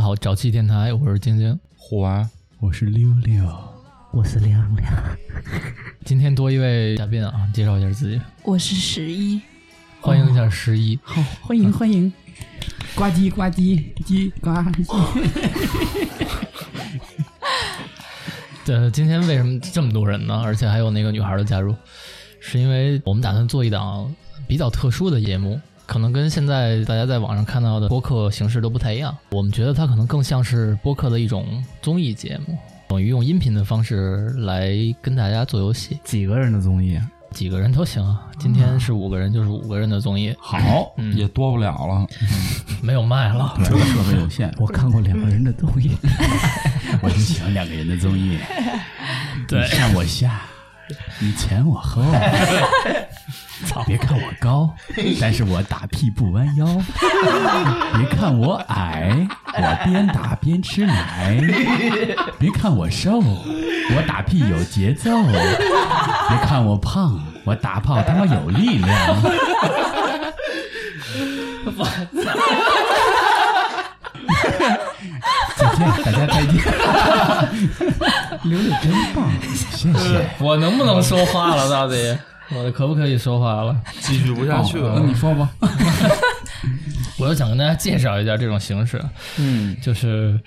好，沼气电台，我是晶晶。虎娃，我是溜溜，我是亮亮， 今天多一位嘉宾啊，介绍一下自己，我是十一，欢迎一哦下十一。好，欢嗯迎欢迎，呱唧呱唧叽呱唧，呃，今天为什么这么多人呢？而且还有那个女孩的加入，是因为我们打算做一档比较特殊的节目，可能跟现在大家在网上看到的播客形式都不太一样。我们觉得它可能更像是播客的一种综艺节目，等于用音频的方式来跟大家做游戏，几个人的综艺？几个人都行啊。今天是五个人，就是五个人的综艺， 好，嗯也多不了了。没有麦了。对，设备有限。 我看过两个人的综艺， 我就喜欢两个人的 综艺，对你上我下，你前我 后，操！别看我高，但是我打屁不弯 腰；别看我矮，我边打边 吃奶；别看我瘦，我打屁有节 奏；别看我胖，我打炮他妈有力量。 再见，大家再见。 刘柳真棒，谢谢。我能不能说话了？到底我可不可以说话了？继续不下去那了你，说 吧。我就想跟大家介绍一下这种形式，嗯，就是，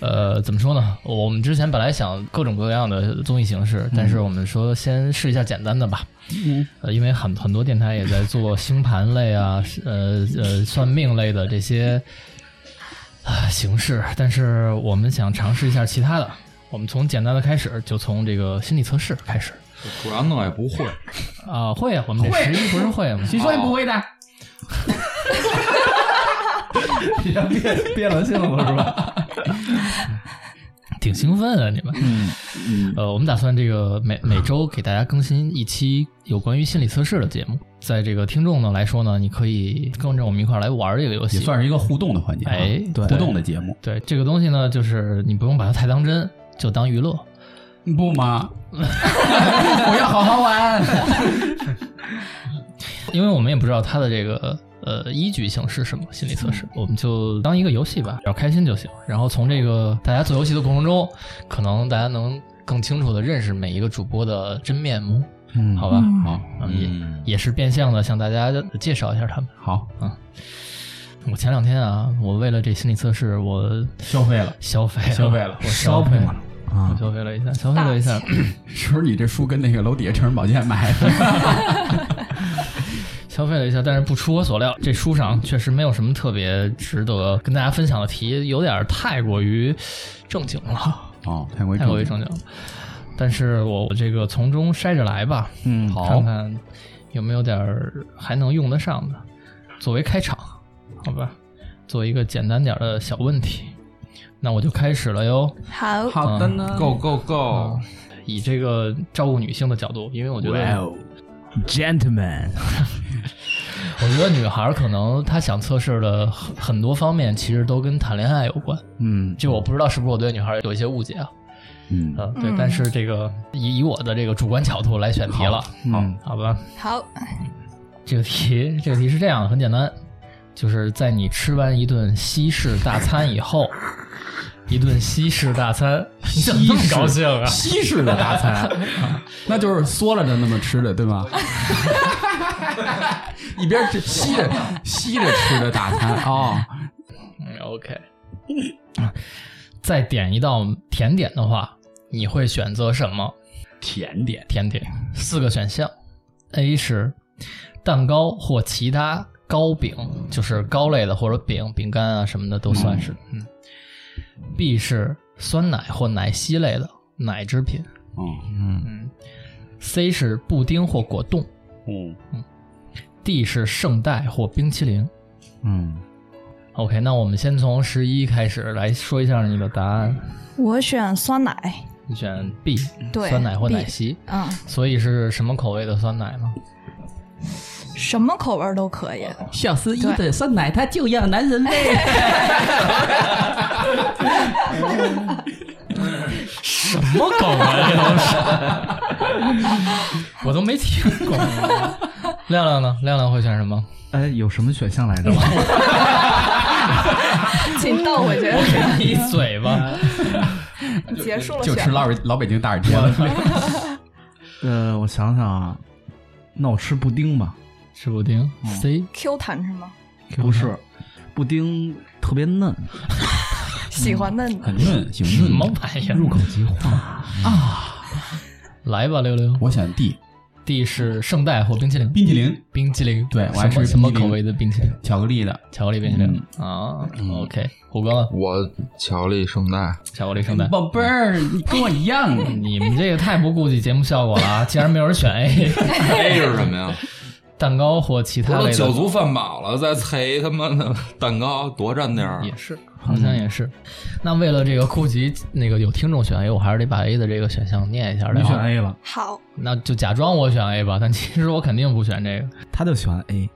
呃，怎么说呢？我们之前本来想各种各样的综艺形式，但是我们说先试一下简单的吧。嗯，呃，因为很很多电台也在做星盘类啊，是呃呃，算命类的这些啊形式，但是我们想尝试一下其他的。我们从简单的开始，就从这个心理测试开始主要那也不会，啊、会啊，我们这十一不是会吗？谁说你不会的？变变了性了是吧？挺兴奋啊，你们。嗯嗯，呃，我们打算这个 每每周给大家更新一期有关于心理测试的节目。在这个听众呢来说呢，你可以跟着我们一块儿来玩这个游戏， 也算是一个互动的环节啊，哎对互动的节目，对这个东西呢，就是你不用把它太当真，就当娱乐。不 吗？我要好好玩。因为我们也不知道它的这个呃依据性是什么，心理测嗯试，我们就当一个游戏吧，只要开心就行。然后从这个大家做游戏的过程中，可能大家能更清楚的认识每一个主播的真面目，嗯好吧？ 好，嗯，也也是变相的向大家介绍一下他们。好，我前两天啊，我为了这心理测试，我消费了，消费了消费了我消费了，我啊！消费了一下，消费了一下。是不是你这书跟那个楼底下成人保健买的？消费了一下，但是不出我所料，这书上确实没有什么特别值得跟大家分享的题，有点太过于正经了， 哦，太过太过于于正经了。但是我我这个从中筛着来吧，嗯，好看，看有没有点儿还能用得上的，作为开场，好吧，做一个简单点儿的小问题。那我就开始了哟。好，好的嗯呢。 ，Go Go Go，以这个照顾女性的角度，因为嗯我觉得，哦嗯，gentlemen，我觉得女孩可能她想测试的很很多方面，其实都跟谈恋爱有关。嗯就我不知道是不是我对女孩有一些误解啊，嗯，呃，对，嗯但是这个以以我的这个主观角度来选题了，嗯好吧？好，这个题，这个题是这样的，很简单，就是在你吃完一顿西式大餐以后，一顿西式大 餐，你怎么这么西式高兴啊？西式的大 餐，啊那就是缩了着那么吃的，对 吧？一边吃吸着吸着吃的大餐哦，嗯，OK。再点一道甜点的话，你会选择什么？甜点甜点，四个选项：A 是蛋糕或其他糕饼，就是糕类的或者饼、饼干啊什么的都算是。嗯。B 是酸奶或奶昔类的奶制品。嗯嗯。C 是布丁或果冻。嗯 D 是圣代或冰淇淋。嗯， OK，那我们先从十一开始来说一下你的答案。我选酸奶，你选 B，对酸奶或 B 奶昔。嗯，所以是什么口味的酸奶呢？什么口味儿都可 以，小十一的酸奶，它就要男人味。 什么狗啊，这都是，我都没听 过。亮亮呢？亮亮会选什么？哎，有什么选项来着？请倒回去。你嘴巴， 结束了就吃选吧，老老北京大耳贴了。 呃，我想想啊，那我吃布丁吧，吃布丁，C 嗯 Q 弹是吗？不是，布丁特别嫩，喜欢嫩的很嫩，挺什嫩么的。玩意儿？入口即化啊！ 来吧，六六我想 D ，D 是圣代或冰淇淋，冰淇淋，冰淇淋，对我爱什么吃什么冰淇口淋味的冰淇淋？嗯巧克力的，巧克力冰淇淋啊？OK，虎哥呢？我巧克力圣代，巧克力圣代。嗯宝贝儿，你跟我一样。啊 你们这个太不顾及节目效果了 啊！竟然没有人选 A， 这是什么呀？蛋糕或其他我类都的，酒足饭饱了，再配他妈的蛋糕，多占点儿。嗯也是，好像也是。那为了这个顾及那个有听众选 A，我还是得把 A 的这个选项念一下。你然后选 A 了，好，那就假装我选 A 吧，但其实我肯定不选这个。他就喜欢 A。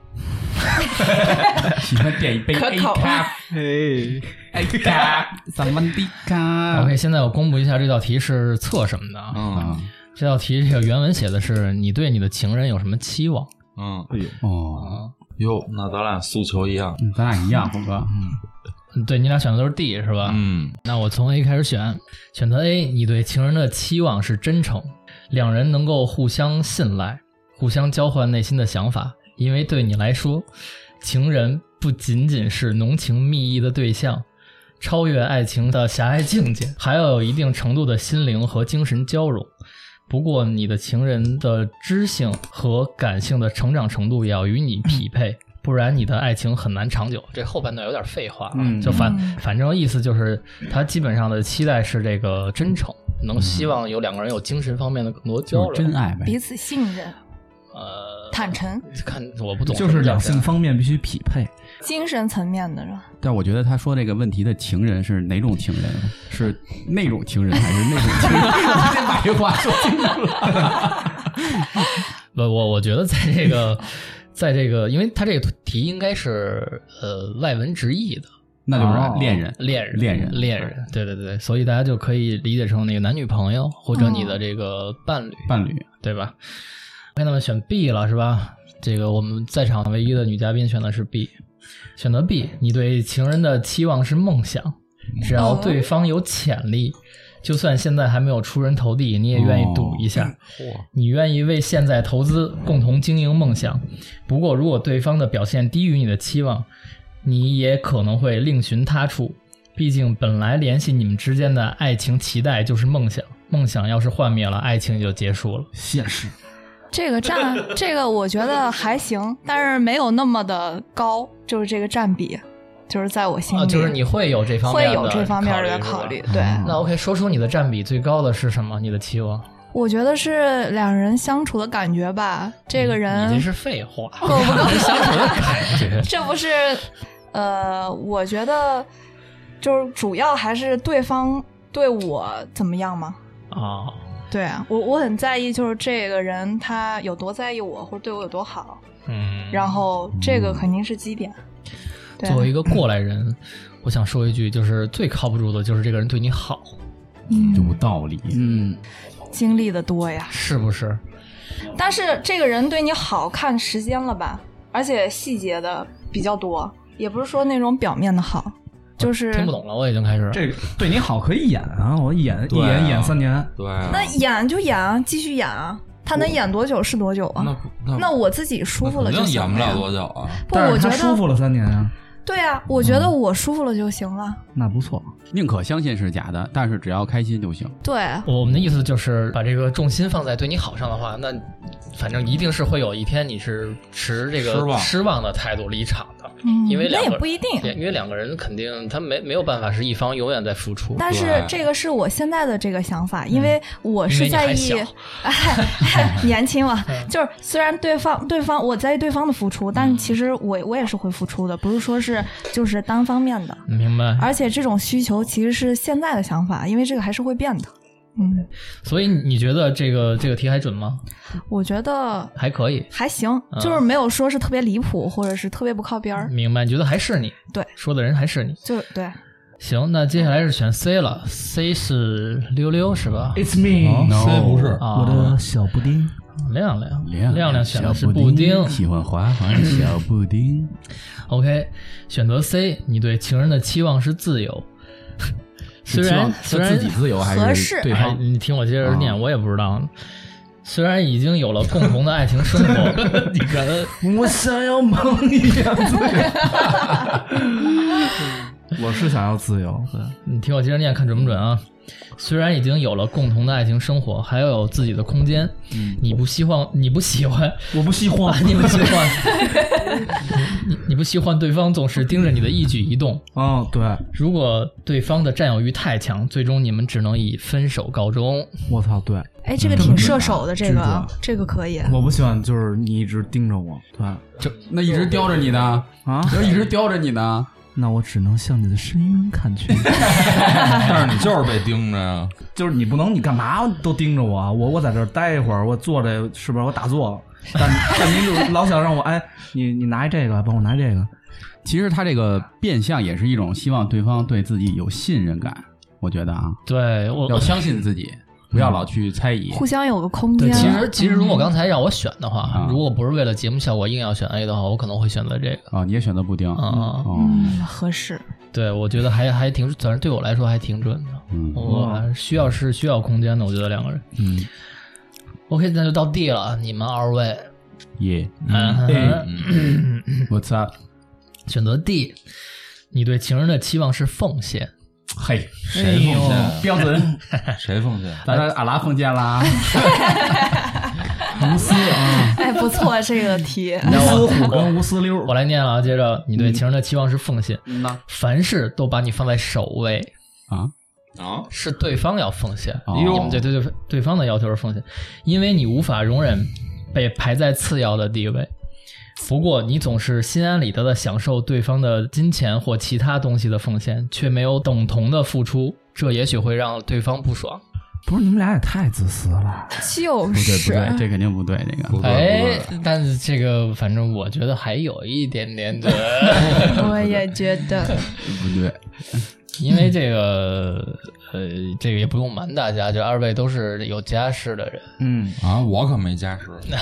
喜欢点一杯可 A 口咖哎， ，A 咖，萨曼迪咖。 OK，现在我公布一下这道题是测什么的啊？嗯啊，这道题这个原文写的是你对你的情人有什么期望？嗯，啊哦，哟，那咱俩诉求一样。嗯咱俩一样，虎哥。嗯对，你俩选的都是 D 是吧？嗯，那我从 A 开始选，选择 A，你对情人的期望是真诚，两人能够互相信赖，互相交换内心的想法，因为对你来说，情人不仅仅是浓情蜜意的对象，超越爱情的狭隘境界，还要有一定程度的心灵和精神交融。不过，你的情人的知性和感性的成长程度也要与你匹配，不然你的爱情很难长久。这后半段有点废话啊，嗯就反嗯反正意思就是，他基本上的期待是这个真诚，能希望有两个人有精神方面的更多交就流。是真爱呗，彼此信任、呃，坦诚，看我不懂什么就叫真爱，是两性方面必须匹配，精神层面的是吧？但我觉得他说这个问题的情人是哪种情人？是那种情人还是那种情人？我得把这话说清楚了。不，我我觉得在这个，在这个，因为他这个题应该是呃外文直译的，那就是恋人，恋人，恋人恋人，对对对，所以大家就可以理解成那个男女朋友或者你的这个伴侣，伴侣。对吧？OK，那么选 B 了是吧？这个我们在场唯一的女嘉宾选的是 B，选择 B，你对情人的期望是梦想，只要哦对方有潜力，就算现在还没有出人头地，你也愿意赌一下。你愿意为现在投资，共同经营梦想。不过，如果对方的表现低于你的期望，你也可能会另寻他处。毕竟，本来联系你们之间的爱情期待就是梦想，梦想要是幻灭了，爱情也就结束了。现实，这个 占这个我觉得还行，但是没有那么的高，就是这个占比，就是在我心里、啊，就是你会有这方会面有这方面的的考虑。是吧。嗯对，那 OK，说出你的占比最高的是什么？你的期望？我觉得是两人相处的感觉吧，这个你人嗯这是废话，够不够？ 相处的感觉。 这不是，呃，我觉得就是主要还是对方对我怎么样嘛。啊、对啊我，我很在意，就是这个人他有多在意我，或者对我有多好，嗯，然后这个肯定是基点。对啊作为一个过来人，我想说一句，就是最靠不住的就是这个人对你好，嗯有道理。嗯，经历的多呀，是不是？但是这个人对你好看时间了吧，而且细节的比较多，也不是说那种表面的好，就是听不懂了，我已经开始。这个对你好可以演啊，我演一对啊演演三年，对啊。那演就演啊，继续演啊，他能演多久是多久啊？那那那我自己舒服了肯就定行演不了呀。了多久啊。不，但我是觉他得舒服了三年啊，对啊，我觉得我舒服了就行了。那不错。宁可相信是假的，但是只要开心就行。对，我们的意思就是把这个重心放在对你好上的话，那反正一定是会有一天你是持这失个望失望的态度离场的，嗯因为那两个也不一定。因为两个人肯定他没没有办法是一方永远在付出。但是对这个是我现在的这个想法，因为我因为是你在还意小，哎哎 年轻嘛，就是虽然对方对方我在意对方的付出，但其实我我也是会付出的，不是说是就是单方面的。明白，而且这种需求其实是现在的想法，因为这个还是会变的。嗯，所以你觉得这个这个题还准吗？我觉得还可以，还行，嗯就是没有说是特别离谱，或者是特别不靠边儿。明白？你觉得还是你对说的人还是你？就对，行，那接下来是选 C 了，C 是溜溜是吧？ It's me， No 不是啊我的小布丁，亮亮亮亮亮选小的是布布丁。喜欢滑滑的小布丁。 OK，选择 C，你对情人的期望是自由。 虽希然望虽是然自己自由合还适啊是对哎方，？你听我接着念，我也不知道。虽然已经有了共同的爱情生活，你看，我想要梦一样自由。 我是想要自由，对，你嗯听我接着念，看准不准啊？虽然已经有了共同的爱情生活，还要有自己的空间，你不希望，你不喜欢，我不喜欢嗯 你不 喜欢，你 你你不喜欢对方总是盯着你的一举一动。嗯，对，如果对方的占有欲太强，最终你们只能以分手告终。我操，对，哎，这个嗯挺射手的，这个啊这个可以。我不喜欢就是你一直盯着我，对就那一直叼着你呢，啊，要一直叼着你呢，那我只能向你的深渊看去。但是你就是被盯着呀。 就是你不能，你干嘛都盯着我啊？我我在这儿待一会儿，我坐着是不是？我打 坐，但但您就老想让我哎，你你拿一这个，帮我拿一这个，其实他这个变相也是一种希望对方对自己有信任感，我觉得啊，对我，要相信自己，不要老去猜疑。互相有个空对，间啊。其实其实如果刚才让我选的话，啊如果不是为了节目效果硬要选 A 的话，我可能会选择这个。啊、你也选择布丁啊啊哦嗯，合适。对，我觉得还还挺，反正对我来说还挺准的。嗯我还是需要是需要空间的，我觉得两个人。嗯 OK，那就到 D 了，啊你们二位，耶嗯， ，What's up？选择 D，你对情人的期望是奉献。嘿，谁奉献？啊标准，谁奉献？ 咱这阿拉奉献啦，无私啊，哎，不错，这个题。 你知道无我私虎跟无私溜我来念了啊，接着你对情人的期望是奉献，嗯呐凡事都把你放在首位，啊，啊，是对方要奉献，哦你们对对对对方的要求是奉献，因为你无法容忍被排在次要的地位。不过，你总是心安理得的享受对方的金钱或其他东西的奉献，却没有等同的付出，这也许会让对方不爽。不是你们俩也太自私了，就不对不是对， 这肯定啊不对，这个不对哎不对，但是这个反正我觉得还有一点点的， 我也觉得，不对，因为这个呃，这个也不用瞒大家，就二位都是有家室的人， 嗯，啊，我可没家室，哎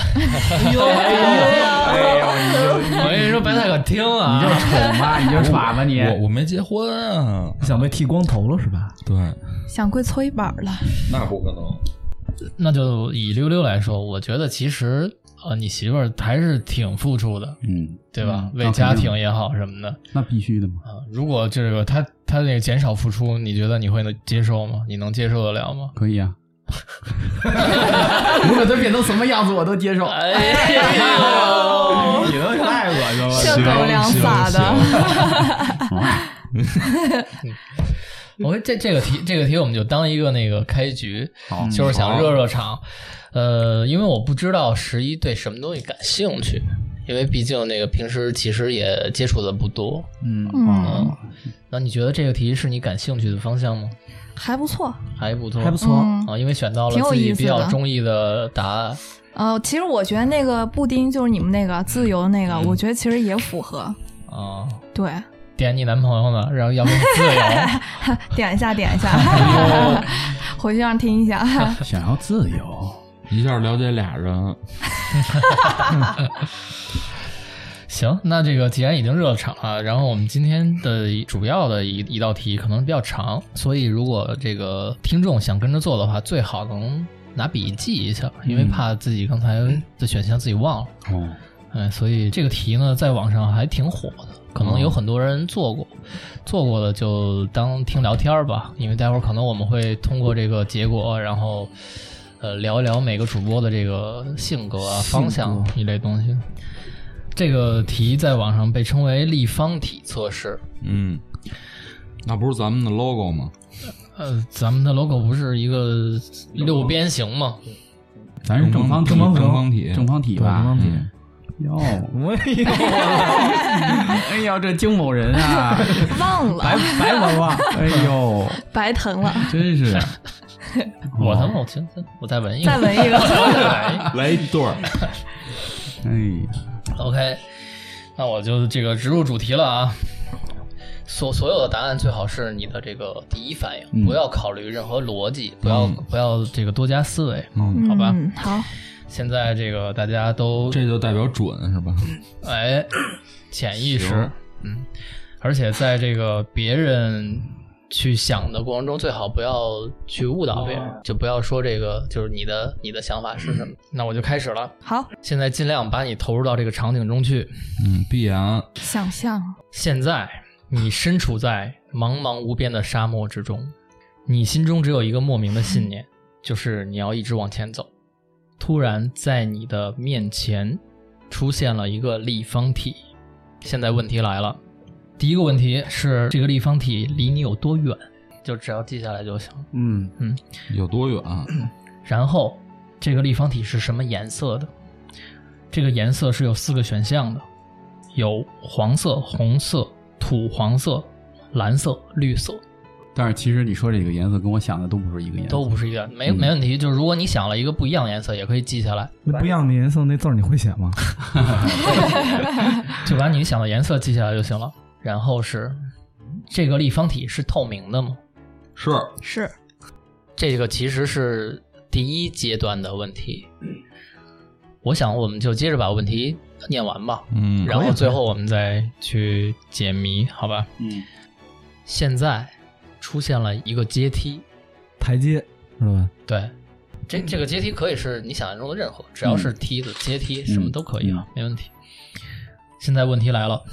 哎我跟你说，白太可听啊，你就哎丑吧，你就耍吧你， 我我没结婚啊。想被剃光头了是吧？对，想跪搓衣板了。那不可能。那就以溜溜来说，我觉得其实呃，你媳妇儿还是挺付出的，嗯，对吧？嗯为家庭也好什么的那必须的嘛，啊、如果这个她她那个减少付出，你觉得你会能接受吗？你能接受得了 吗？可以啊。如果他变成什么样子，我都接受。哎你都太恶心了这狗粮撒的我们这这个题，这个题我们就当一个那个开局，好就是想热热场。呃，因为我不知道十一对什么东西感兴趣，因为毕竟那个平时其实也接触的不多。哦嗯，嗯，那你觉得这个题是你感兴趣的方向吗？还不错。还不错，还不错，嗯，啊，因为选到挺了有自意己思比较的中意的答案。呃，其实我觉得那个布丁就是你们那个自由的那嗯个，我觉得其实也符合。啊，对，点你男朋友呢，然后要不你自 由，点一下，点一下，哎 回去让听一 下。想要自由，一下了解俩人，行，那这个既然已经热场了，然后我们今天的主要的一一道题可能比较长，所以如果这个听众想跟着做的话，最好能拿笔记一下，因嗯为怕自己刚才的选项自己忘了。哦，嗯，所以这个题呢，在网上还挺火的，可能有很多人做过，做过的就当听聊天儿吧，因为待会儿可能我们会通过这个结果，然后呃聊一聊每个主播的这个性格啊、方向一类东西。这个题在网上被称为立方体测试。嗯，那不是咱们的 logo 吗？呃，咱们的 logo 不是一个六边形吗？咱是正方体正方正方体正方体吧？对正方体嗯哟， 哎呦，这经某人啊，忘了，白嗯白玩玩，哎 呦，白疼了。 真 是，我他妈，我听，我再闻一个，再闻一个，来一个。来一对儿，哎呀， OK，那我就这个植入主题了啊。所所有的答案最好是你的这个第一反应，不要考虑任何逻辑，不要不要这个多加思维，好吧？嗯，好，现在这个大家都这就代表准是吧？哎，潜意识，嗯，而且在这个别人去想的过程中，最好不要去误导别人，就不要说这个就是你的你的想法是什么。那我就开始了，好，现在尽量把你投入到这个场景中去。嗯，必然想象，现在你身处在茫茫无边的沙漠之中，你心中只有一个莫名的信念，就是你要一直往前走。突然，在你的面前出现了一个立方体。现在问题来了，第一个问题是这个立方体离你有多远？就只要记下来就行。嗯，有多远？然后这个立方体是什么颜色的？这个颜色是有四个选项的，有黄色、红色、土黄色、蓝色、绿色，但是其实你说这个颜色跟我想的都不是一个颜色，都不是一个没没问题。就是如果你想了一个不一样颜色，也可以记下来，那不一样的颜色那字儿你会写吗？就把你想的颜色记下来就行了。然后是这个立方体是透明的吗？是是这个其实是第一阶段的问题。我想我们就接着把问题念完吧。嗯然后最后我们再去解谜，好吧？嗯。现在出现了一个阶梯，台阶是吧？对，这这个阶梯可以是你想象中的任何，只要是梯子、阶梯什么都可以啊，没问题。现在问题来了，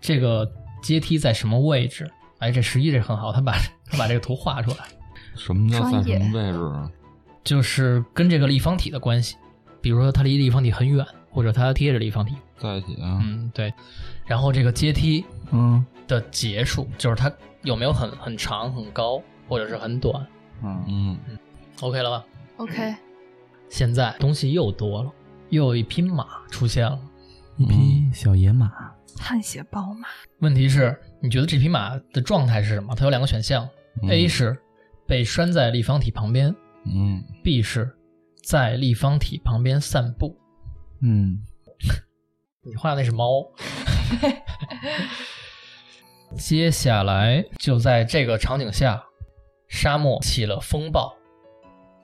这个阶梯在什么位置？哎，这十一这很好，他把他把这个图画出来，什么叫在专业什么位置啊？就是跟这个立方体的关系，比如说它离立方体很远，或者它贴着立方体，在一起啊？嗯，对。然后这个阶梯嗯的结束，就是它有没有很很长、很高，或者是很短嗯，嗯， ？OK 了吧？ ，OK，现在东西又多了，又有一匹马出现了。一匹嗯小野马，汗血宝马，问题是，你觉得这匹马的状态是什么？它有两个选项、嗯 a 是被拴在立方体旁边嗯， ，B 是在立方体旁边散步。嗯，你画的那是猫。 接下来就在这个场景下，沙漠起了风暴。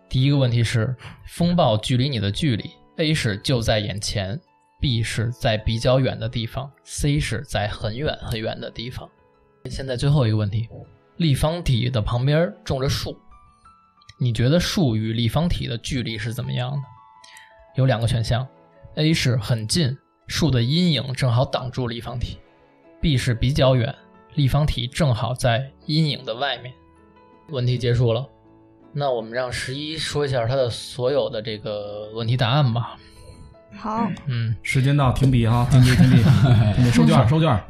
第一个问题是，风暴距离你的距离，A 是就在眼前，B 是在比较远的地方，C 是在很远很远的地方。现在最后一个问题，立方体的旁边种着树，你觉得树与立方体的距离是怎么样的？有两个选项，A 是很近，树的阴影正好挡住立方体；B 是比较远，立方体正好在阴影的外面。问题结束了，那我们让十一说一下他的所有的这个问题答案吧。好，嗯，时间到，停笔哈，停笔， 停笔，停笔，收卷，收卷。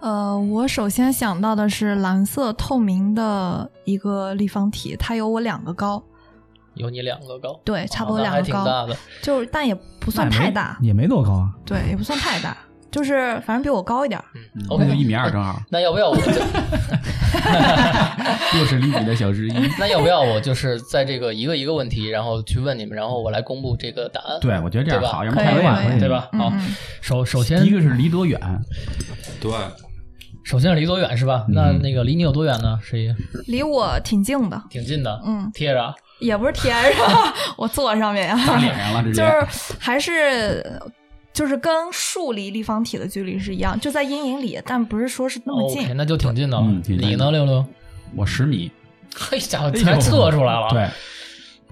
呃，我首先想到的是蓝色透明的一个立方体，它有我两个高，有你两个高，对，差不多哦那两还个挺高，大的。就是但也不算那也没太大，也没多高啊。对，也不算太大，就是反正比我高一点儿。嗯那就一，OK，米二正好，那要不要我就又是离你的小之一。那要不要我就是在这个一个一个问题，然后去问你们，然后我来公布这个答案， 对，我觉得这样对吧好，要可么以太晚可了，以对？吧？好，嗯首首先第一个是离多远，对，首先是离多远是吧？那嗯那个离你有多远呢？十一离我挺近的，挺近的，嗯，贴着啊。也不是 贴着，我坐上面打呀，脸上了直就接。是还是就是跟树离立方体的距离是一样，就在阴影里，但不是说是那么 OK，近。那就挺近的了。嗯挺近的你呢，六 哎六？我十米，嘿家伙，全测出来了，对，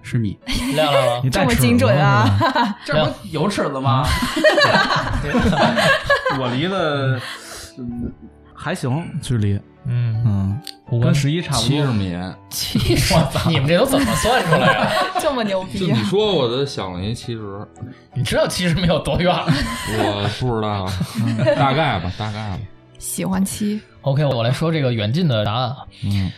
十米，亮亮了。你带这么尺子精准啊吗！是吧这不有尺子吗？ 我离的嗯还行，距离嗯，嗯，五跟跟十一差不七十多。米。七十，你们这都怎么算出来啊？ 这么牛就逼、你啊，说，我就想了一七十，你知道七十米有多远我不知道，大概吧，大概吧。喜欢七， ？OK，我来说这个远近的答案啊。嗯，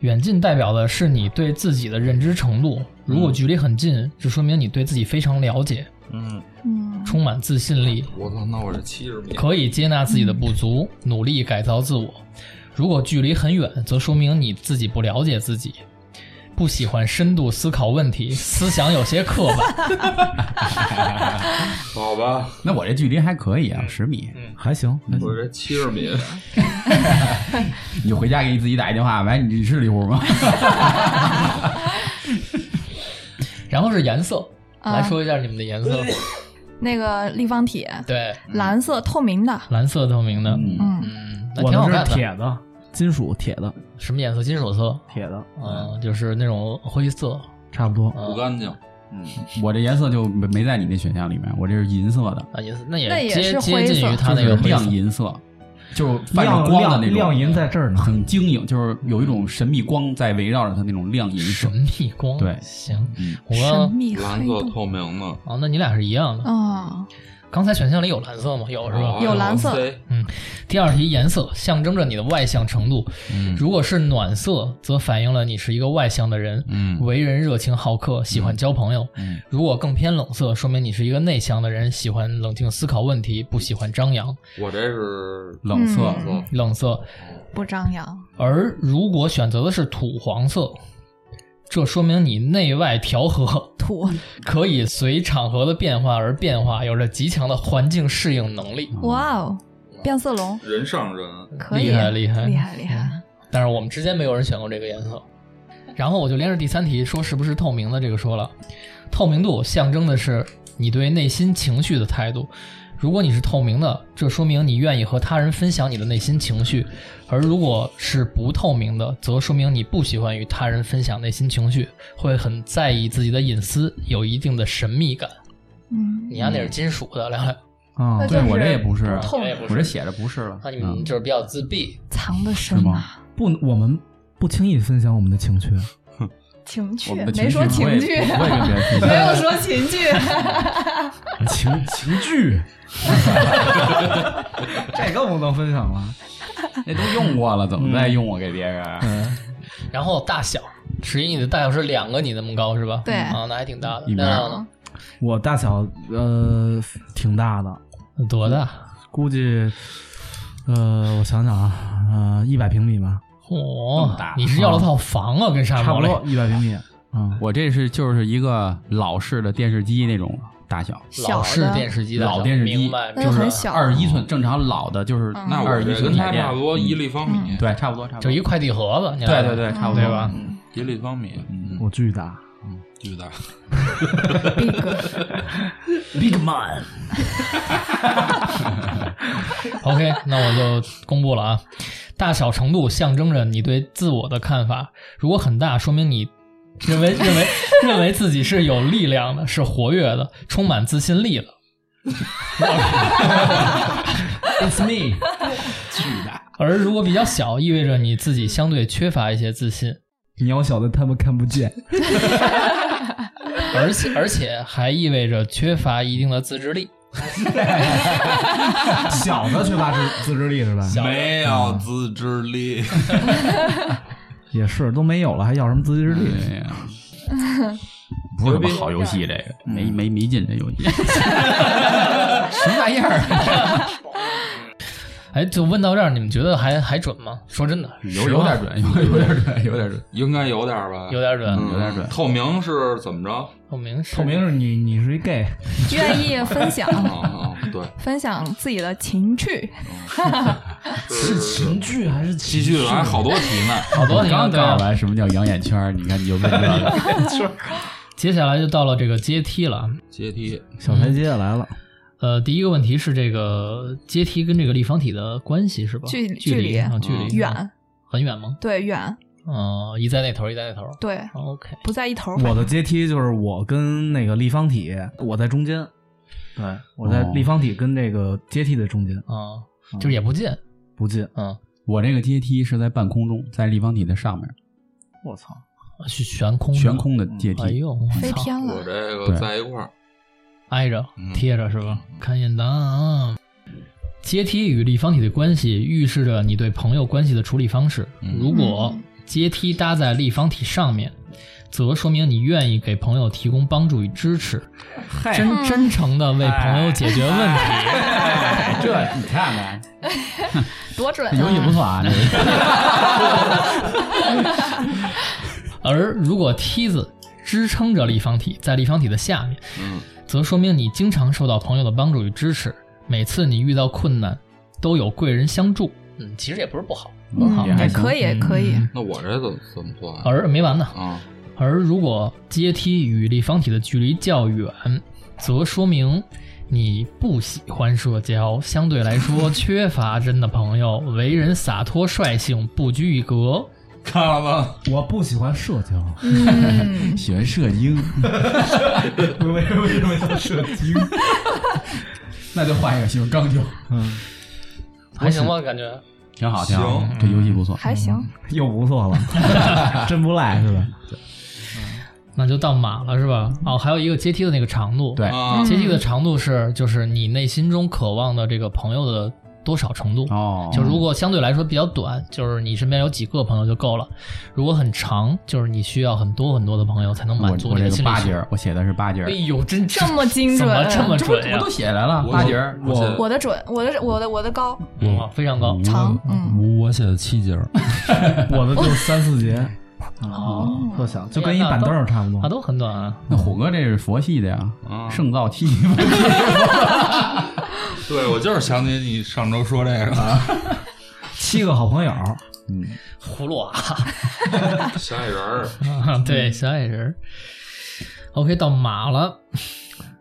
远近代表的是你对自己的认知程度，如嗯果距离很近，就说明你对自己非常了解，嗯，充满自信力，我操，那我这七十米，可以接纳自己的不足，努力改造自我。如果距离很远，则说明你自己不了解自己。不喜欢深度思考问题，思想有些刻板。好吧，那我这距离还可以啊，十米，还行。还行我这七十米，你就回家给你自己打一电话，喂，你是李虎吗？然后是颜色，啊来说一下你们的颜 色。那个立方体，对，蓝色透明的，蓝色透明的，嗯，嗯，那我挺好看的是的。铁的，金属铁的，什么颜色？金属色，铁的，嗯，就是那种灰色。差不多。不干净。我这颜色就没没在你那选项里面，我这是银色的，啊，也是，那也那也接是接灰近于色它就那是个灰亮色银色，就是泛着亮光的那种，亮亮银在这儿呢， 很晶莹，就是有一种神秘光在围绕着它那种亮银色神。秘光。对行嗯，我神秘蓝黑色洞。透明的，哦，那你俩是一样的。啊，刚才选项里有蓝色吗？有是啊吧？有蓝色第二题，颜色象征着你的外向程度。嗯如果是暖色，则反映了你是一个外向的人，嗯为人热情好客，喜欢交朋友。嗯如果更偏冷色，说明你是一个内向的人，喜欢冷静思考问题，不喜欢张扬。我这是冷色，嗯冷色，冷色。不张扬，而如果选择的是土黄色，这说明你内外调和，土，可以随场合的变化而变化，有着极强的环境适应能力。嗯哇哦，变色龙，人上人，可以，啊厉害厉害嗯厉害厉害，但是我们之间没有人选过这个颜 色。然后我就连着第三题说是不是透明的这个说了，透明度象征的是你对内心情绪的态度。如果你是透明的，这说明你愿意和他人分享你的内心情绪；而如果是不透明的，则说明你不喜欢与他人分享内心情绪，会很在意自己的隐私，有一定的神秘感。嗯，你家那是金属的，两两，啊那，就哦对是我这也不是，啊透也明不我是。这写着不是了那。你嗯们就是比较自闭，藏的深是吗啊，不，我们不轻易分享我们的情绪。情我趣们的没说情情绪趣，不 会不会跟别人分没享。有说情 趣， 情情剧，这更不能分享了。那都用过了，怎么嗯再用我给别人？啊然后大小，十一你的大小是两个你那么高是吧？对啊，那还挺大的。一米亮二亮呢？我大小呃挺大的，多大？估计呃我想想啊，呃一百平米吧，哦么大，你是要了套房啊？跟沙差漠不里多一百平米。 嗯，我这是就是一个老式的电视机那种大小，老小式的电视机的老电视机明白，那就就是很小嗯二十一寸正常老的就是那二我十一这跟寸他彩电差不多一立方米，对，差不多差不就 多一。快递盒子，你嗯对看对嗯对，差不多对吧？一立方米，嗯，我巨大。巨大。 Big man， OK，那我就公布了啊，大小程度象征着你对自我的看法，如果很大，说明你。认为认为 认为自己是有力量的，是活跃的，充满自信力的。 It's me。而如果比较小，意味着你自己相对缺乏一些自信，渺小的他们看不见。而且而且还意味着缺乏一定的自制力。 小的缺乏自自制力是吧？没有自制力，也是，都没有了，还要什么自制力？哎呀不是什么好游戏，这个没没没劲，这游戏什么玩意儿？哎，就问到这儿，你们觉得还还准吗？说真的，有有点准，有有点准，有点准。 应该有点儿吧？有点准。嗯，有点准透明是怎么着？透明是透明是你，你是一 gay，愿意分享哦啊啊，对，分享自己的情趣，是剧还是继续了，还好多题呢。好多你看刚告刚诉完什么叫养眼圈儿，你看你就问这个。接下来就到了这个阶梯了。阶梯， 小台阶来了。呃，第一个问题是这个阶梯跟这个立方体的关系是吧？距距距离嗯啊，距离远，很远吗？对远，嗯、一在那头，一在那头。对 OK，不在一头，我的阶梯就是我跟那个立方体，我在中间，对我在哦立方体跟这个阶梯的中间啊、嗯就是也不近，不近。嗯，我这个阶梯是在半空中，在立方体的上面，我操， 悬悬空，悬。空的阶哎梯。呦，我飞操，天我了，这对个在一块儿，挨着嗯贴着是吧？看见答案啊。阶梯与立方体的关系预示着你对朋友关系的处理方式。如果阶梯搭在立方体上面，则说明你愿意给朋友提供帮助与支持，真真诚的为朋友解决问题。哎，这你看看，多准游戏啊！不错啊。这个 而如果梯子支撑着立方体，在立方体的下面，则说明你经常受到朋友的帮助与支持，每次你遇到困难都有贵人相助。嗯，其实也不是不好，很好。也还也行嗯可以，也可以。那我这怎么怎么做啊？而没完呢，啊，而如果阶梯与立方体的距离较远，则说明你不喜欢社交，相对来说缺乏真的朋友，为人洒脱率性，不拘一格。看了吗？我不喜欢社交，嗯，喜欢射精，为为什么要射精？那就换一个喜欢钢球，还行吧，感觉。挺好，挺好行，这游嗯戏不错。还行。又不错了， 真不赖是吧？那就到马了是吧？哦，还有一个阶梯的那个长度。对嗯啊，阶梯的长度是就是你内心中渴望的这个朋友的多少程度。哦，就如果相对来说比较短，就是你身边有几个朋友就够了；如果很长，就是你需要很多很多的朋友才能我满足我你这的个心理八需节求。儿，我写的是八节儿哎，呦，真这么啊精怎么准，这么这不准这呀不都？写来了我八节儿？我写我的准，我的我的我的高哇，非常高。长，嗯，我我写的七节儿，我的就三四节，嗯哦，特小，就跟一板凳儿差不啊，多。都很短啊。那虎哥这是佛系的呀， 啊圣造系。 对我就是想起你上周说这 个七个好朋友，嗯葫芦娃、小矮人儿，啊， 对，小矮人儿。OK，到马了，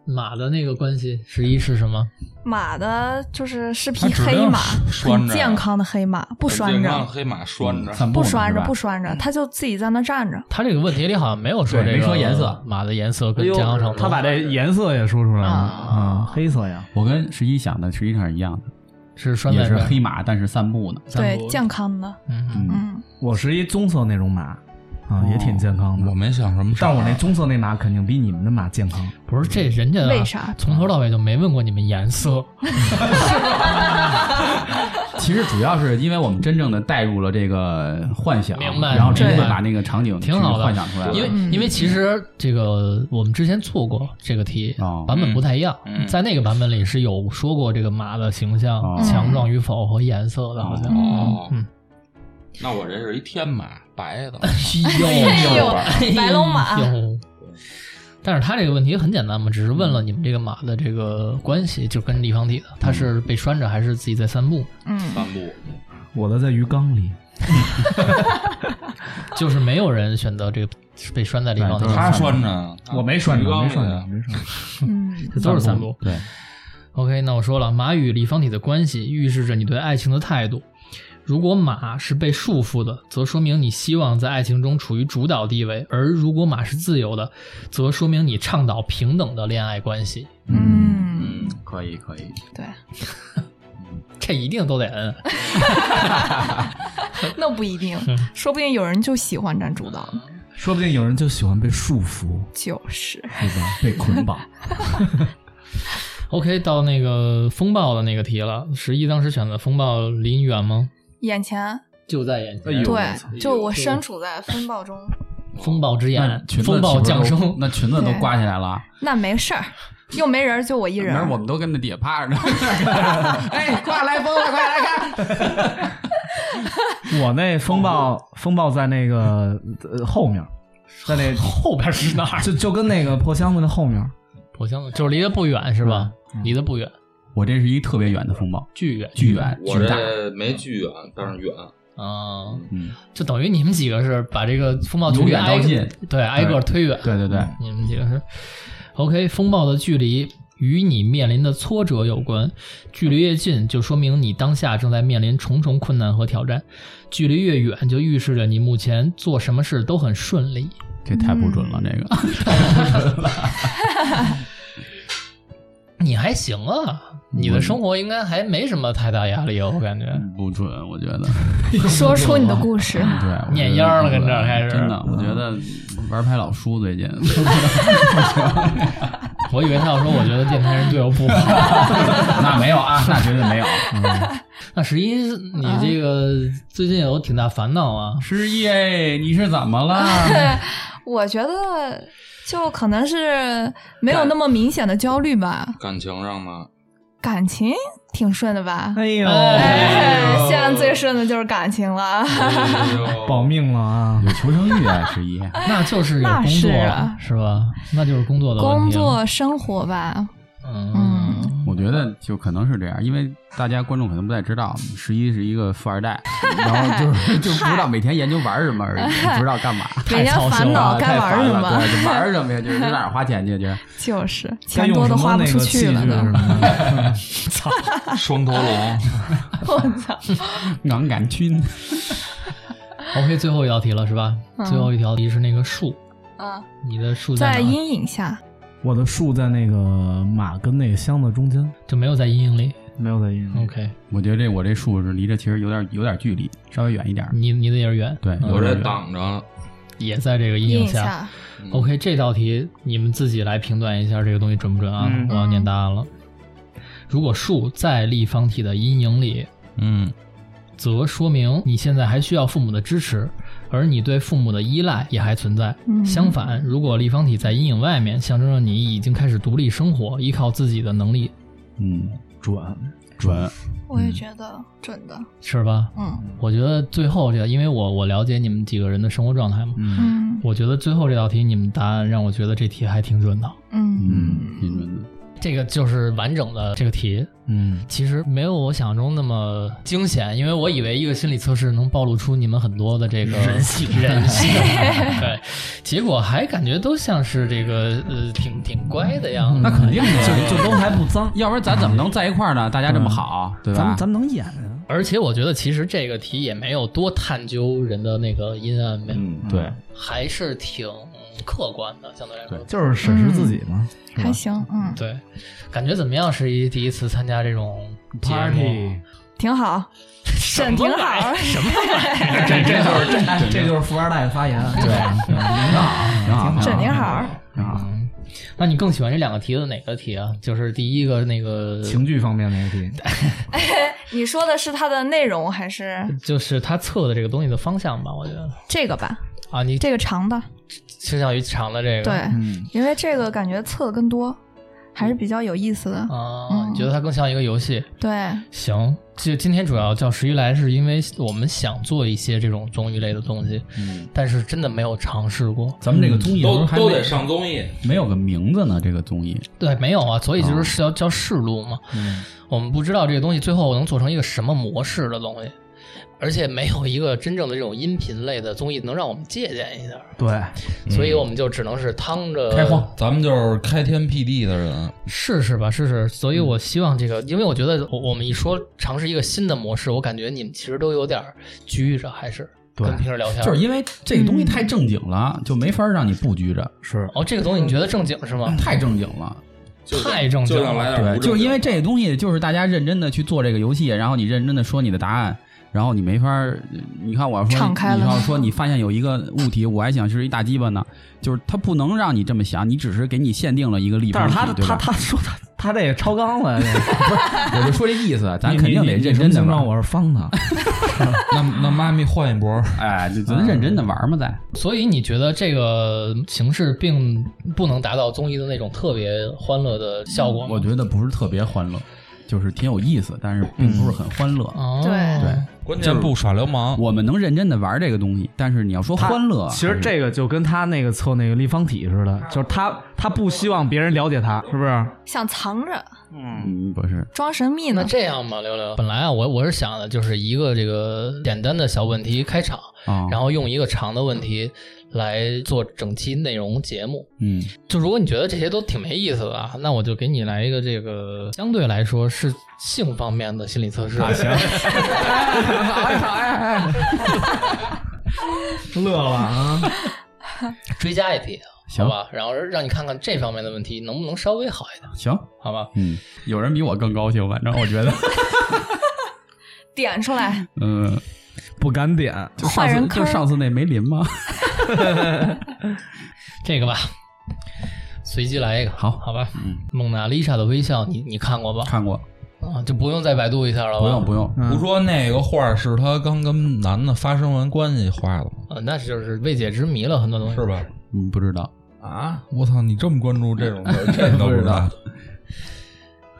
马的那个关系十一是什么？马的就是是匹它质黑量马，拴很着健康的黑马，不拴健康着，黑马拴着，散步不呢拴是着，吧不拴着，它就自己在那站着。他这个问题里好像没有说对这个没说颜色马的颜色跟健康程度。哎他把这颜色也说出来了啊，黑色呀，我跟十一想的实际上是一样的，是拴也在是 这儿黑马，但是散步呢。对，健康的，嗯，嗯，嗯，我是一棕色那种马啊，也挺健康的我。没想什么事儿，啊但我那棕色那马肯定比你们的马健康。不是这人家啊为啥从头到尾就没问过你们颜色？其实主要是因为我们真正的带入了这个幻想，明白然后直接对把那个场景挺好去的幻想出来了。因为嗯因为其实这个我们之前做过这个题哦，版本不太一样嗯，嗯在那个版本里是有说过这个马的形象哦强壮与否和颜色的，好像。哦嗯，那我这是一天马，白的，哎呦 白龙马呦但是他这个问题很简单嘛，只是问了你们这个马的这个关系，就跟立方体的，它是被拴着还是自己在散步，嗯，散步，我的在鱼缸里，就是没有人选择这个被拴在立方体对上，他拴着，啊我没拴鱼着，缸没里拴的着，没拴着。 嗯，这都是散步。对， OK，那我说了，马与立方体的关系预示着你对爱情的态度。如果马是被束缚的，则说明你希望在爱情中处于主导地位；而如果马是自由的，则说明你倡导平等的恋爱关系。嗯，嗯，可以可以。对，这一定都得摁。那不一定，说不定有人就喜欢占主导呢，说不定有人就喜欢被束缚，就是对吧？被捆绑。 OK，到那个风暴的那个题了。十一当时选的风暴离你远吗？眼前，就在眼哎前。对，就我身处在风暴中，风暴之那眼裙，子风岂暴不是降都生。那裙子都对挂起来了。那没事儿，又没人，就我一人没事，儿，我们都跟那底下趴 着呢。哎，快来风了，快来看！我那风暴，风暴在那个呃后面，在那后边是哪儿？ 就就跟那个破箱子的后面，我想想就是离得不远是吧？嗯离得不远，我这是一特别远的风暴，巨远。巨远，我巨大。这没距远，但是远，啊、嗯，就等于你们几个是把这个风暴距离由远到挨个近，对，挨个推远。对对对，你们几个是 OK。风暴的距离与你面临的挫折有关，距离越近，就说明你当下正在面临重重困难和挑战；距离越远，就预示着你目前做什么事都很顺利。这太不准嗯了，这个。你还行啊，你的生活应该还没什么太大压力，我感觉。 不准，我觉 得。 说出你的故事，对，我觉得嗯念秧儿了跟这儿开始真的，我觉得玩牌老输 最近。我以为他要说，我觉得电台人对我不好。那没有啊，那绝对没有。那十一，你嗯这个最近有挺大烦恼啊，十一，哎，你是怎么了？ 我觉得就可能是没有那么明显的焦虑吧， 感情上嘛，感情挺顺的吧？哎呦，哎，现在最顺的就是感情了。哎呦保命了啊！有求生欲啊，十一。 那就是有工作了，那啊是吧？那就是工作的问工题了作、生活吧，嗯，嗯，我觉得就可能是这样，因为大家观众可能不太知道，十一是一个富二 代，然后就是就不知道每天研究玩什么 而已，不知道干嘛。每天烦恼该玩什么，对，就玩什么呀？就是哪儿花钱去？ 就是就是该钱用多什都么花不那出个器去具了什呢。么的？双头龙， 我操，昂杆菌。 OK，最后一道题了是吧？嗯最后一条题是那个树，啊，你的树在在哪？阴影下，我的树在那个马跟那个箱子中间，就没有在阴影里。没有在阴影。 OK，我觉得这我这树是离这其实有点有点距离，稍微远一点儿。你你的也是圆，对，嗯有我点这远挡着了。也在这个阴阴影影下。下， OK，这道题你们自己来评断一下这个东西准不准啊？嗯我要念答案了。如果树在立方体的阴影里，嗯，则说明你现在还需要父母的支持，而你对父母的依赖也还存在。嗯相反，如果立方体在阴影外面，象征着你已经开始独立生活，依靠自己的能力，嗯，准，准。我也觉得准的，是吧？嗯我觉得最后这个，因为我我了解你们几个人的生活状态嘛，嗯嗯我觉得最后这道题你们答案让我觉得这题还挺准的。嗯嗯，挺准的。这个就是完整的这个题，嗯，其实没有我想象中那么惊险，因为我以为一个心理测试能暴露出你们很多的这个人性，人 性。对，结果还感觉都像是这个呃，挺挺乖的样子。那肯定就的，，就都还不脏要不然咱怎么能在一块儿呢？大家这么好，对咱吧们？咱们能演啊。而且我觉得其实这个题也没有多探究人的那个阴暗面，嗯，对，还是挺客观的，相对来说。就是审视自己嘛。还行，嗯，对，感觉怎么样？是一第一次参加这种节目 Party 挺好，沈挺好，什么 这这就是这这就是富二代的发言。啊哎对，挺好，挺沈好挺好，嗯，那你更喜欢这两个题的哪个题啊？就是第一个那个，情绪方面那个题， 你说的是它的内容还是就是他测的这个东西的方向吧？我觉得这个吧？啊，你这个长的，倾向于长的这个，对，嗯，因为这个感觉测更多，还是比较有意思的。啊，嗯你觉得它更像一个游戏？对，行，就今天主要叫十一来，是因为我们想做一些这种综艺类的东西，嗯，但是真的没有尝试过。咱们这个综艺都都得上综艺。没有个名字呢，这个综艺对，没有啊，所以就是叫、叫试录嘛。我们不知道这个东西最后能做成一个什么模式的东西，而且没有一个真正的这种音频类的综艺能让我们借鉴一下。对，所以我们就只能是趟着嗯开荒，呃咱们就是开天辟地的人。试试吧，试试。所以我希望这个，因为我觉得我我们一说尝试一个新的模式，我感觉你们其实都有点儿拘着，还是对跟平时聊天。就是因为这个东西太正经了，就没法让你不拘着，是哦，这个东西你觉得正经是吗？太正经了。就太正经了就想来点对，无正经嗯就是因为这个东西，就是大家认真的去做这个游戏，然后你认真的说你的答案，然后你没法儿，你看我要说，敞开了你要说你发现有一个物体，我还想是一大鸡巴呢，就是它不能让你这么想，你只是给你限定了一个立但方是体，他对他吧？他说他他这个超纲了，我就说这意思，咱你肯定你得你认什么真的玩形状儿，我是方的，那那妈咪换一波，哎，就咱认真的玩儿嘛，再。所以你觉得这个形式并不能达到综艺的那种特别欢乐的效果吗？我觉得不是特别欢乐，就是挺有意思，但是并嗯不是很欢乐。哦，对对，关键不耍流氓。我们能认真的玩这个东西，但是你要说欢乐，其实这个就跟他那个测那个立方体似的，就是他他不希望别人了解他，是不是？想藏着，嗯不是，装神秘那呢。这样吧，刘刘，本来啊，我我是想的就是一个这个简单的小问题开场，啊，然后用一个长的问题来做整期内容节目。嗯，就如果你觉得这些都挺没意思的啊，那我就给你来一个这个相对来说是性方面的心理测试。行， 乐了啊！ 追加一题，行好吧？然后让你看看这方面的问题能不能稍微好一点，行，好吧？嗯，有人比我更高兴，反正我 觉得，点出 来，嗯，不敢点，就上坏次人就坑上次那梅林吗？这个吧，随机来一个，好，好吧？嗯蒙娜丽莎的微笑，你你看过吧？看过，啊，就不用再百度一下了吧？不用不用，嗯不说那个画是他刚跟男的发生完关系画的吗？啊，那就是未解之谜了，很多东西是？吧？嗯，不知道， 啊！我操，你这么关注这种事儿，这你都不知道？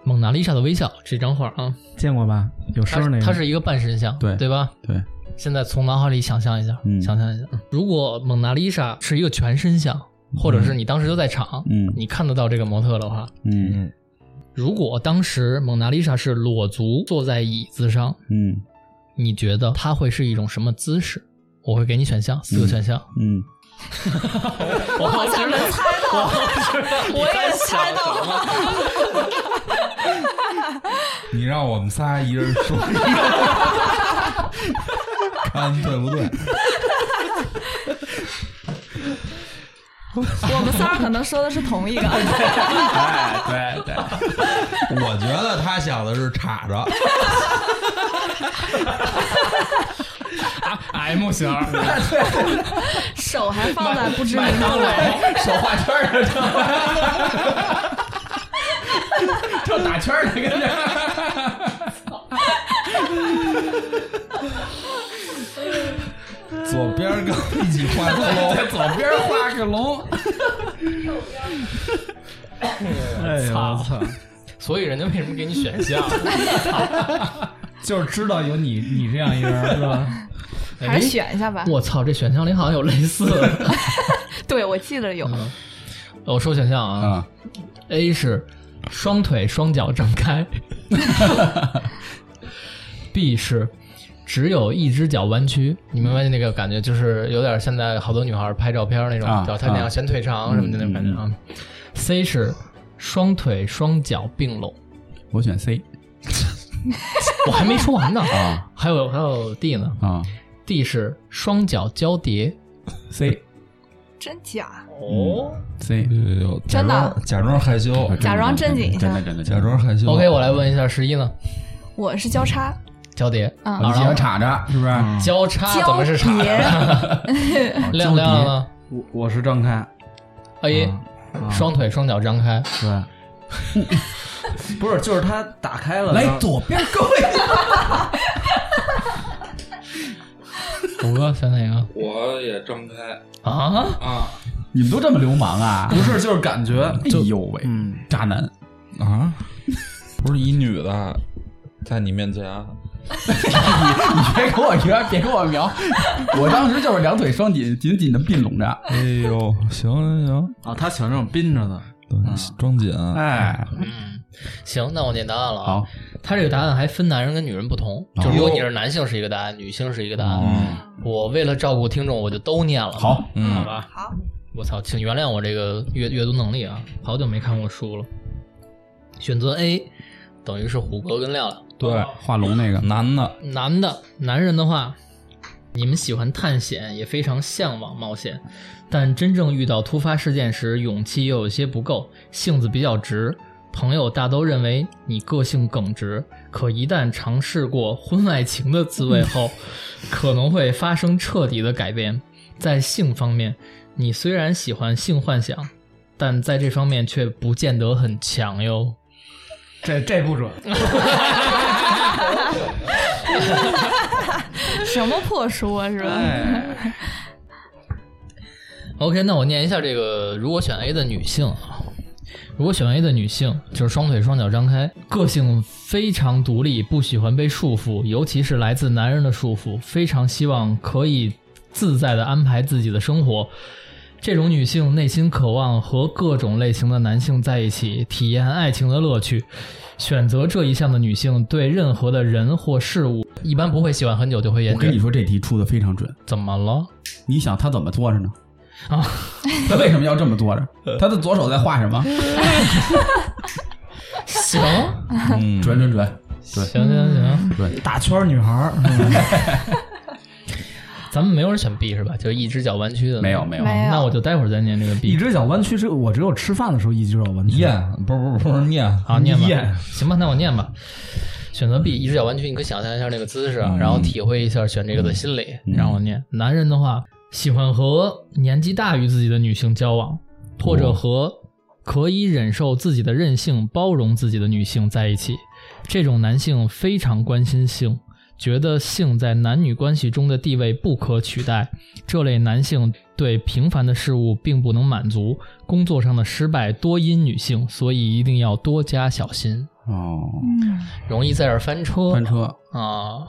蒙娜丽莎的微笑》这张画啊，见过吧？有声它儿那是个，它是一个半身像，对对吧？对，现在从脑海里想象一下，嗯想象一下，如果蒙娜丽莎是一个全身像，或者是你当时就在场，嗯你看得到这个模特的话，嗯如果当时蒙娜丽莎是裸足坐在椅子上，嗯你觉得她会是一种什么姿势？我会给你选项，四个选项。嗯，我好像能猜到，我也猜到了。你让我们仨一人说一个， 看对不对？我们仨可能说的是同一个，哎，对对，我觉得他想的是插着， M 型，手还放在不知名部位。手画圈儿的，这打圈儿的跟着。左边跟我一起画骷髅，左边画个龙，哎呦我操！所以人家为什么给你选 项？就是知道有你你这样一个人是吧？还是选一下吧。哎我操，这选项里好像有类似 的。对，我记得有。我说选项啊 啊，A 是双腿双脚张 开，B 是只有一只脚弯曲，你明白那个感觉，就是有点现在好多女孩拍照片那种啊，脚太那啊嗯样，显腿长什么的那种感觉啊。C 是双腿双脚并拢，我选 C 我还没说完呢啊还有还有 D 呢啊，D 是双脚交叠。 ，C 真假？嗯哦 C，假真的装假装害羞，假装正经一下真的真的假装害羞。 ，OK，我来问一下十一呢，我是交叉，交叠，嗯啊你想插着是不是？嗯交叉啊怎么是叉？交叠亮亮呢我我是张开， ？A 双腿双脚张开，对，不是，就是他打开了，然来后左边各位，狗哥选哪个我也张开啊？啊你们都这么流氓啊？不是，就是感觉，哎呦喂，嗯，渣男，啊！ 不是一女的在你面前，你 别跟我聊，别跟我聊，我当时就是两腿双紧紧紧的并拢着，哎呦，行行行，啊，他喜欢这种宾着的，对，装紧。啊哎，啊嗯，行，那我念答案了啊。好，他这个答案还分男人跟女人不同，就如果你是男性是一个答案，女性是一个答案。嗯，我为了照顾听众，我就都念了。好，嗯好吧。好，我操，请原谅我这个阅阅读能力啊，好久没看过书了。选择 A 等于是虎哥跟亮亮。对，画龙那个，男的，男的，男人的话，你们喜欢探险，也非常向往冒险，但真正遇到突发事件时，勇气又有些不够，性子比较直，朋友大都认为你个性耿直，可一旦尝试过婚外情的滋味后，可能会发生彻底的改变。在性方面，你虽然喜欢性幻想，但在这方面却不见得很强哟。这这不准，什么破说是吧？ OK，那我念一下这个，如果选 A 的女性啊，如果选 A 的女性就是双腿双脚张开，个性非常独立，不喜欢被束缚，尤其是来自男人的束缚，非常希望可以自在的安排自己的生活。这种女性内心渴望和各种类型的男性在一起，体验爱情的乐趣。选择这一项的女性，对任何的人或事物，一般不会喜欢很久就会厌我跟你倦。说这题出的非常准，怎么了？ 你想他怎么坐着呢？啊， 他为什么要这么坐着？他的左手在画什么？行 嗯，准准准，对行行行。对，打圈儿女孩儿，是吧 咱们没有人选 B 是吧？就一只脚弯曲的，没有没有，没有那我就待会儿再念这个一 B 只脚弯曲，只有我只有吃饭的时候一只脚弯曲，念，不是不是不是念，啊，念吧嗯念，行吧，那我念吧。选择 B，一只脚弯曲，你可以想象一下那个姿势啊，嗯然后体会一下选这个的心理。然后念，男人的话，喜欢和年纪大于自己的女性交往，或者和可以忍受自己的任性、包容自己的女性在一起。这种男性非常关心性，觉得性在男女关系中的地位不可取代。这类男性对平凡的事物并不能满足，工作上的失败多因女性，所以一定要多加小心。哦，嗯，容易在这儿翻车翻车啊。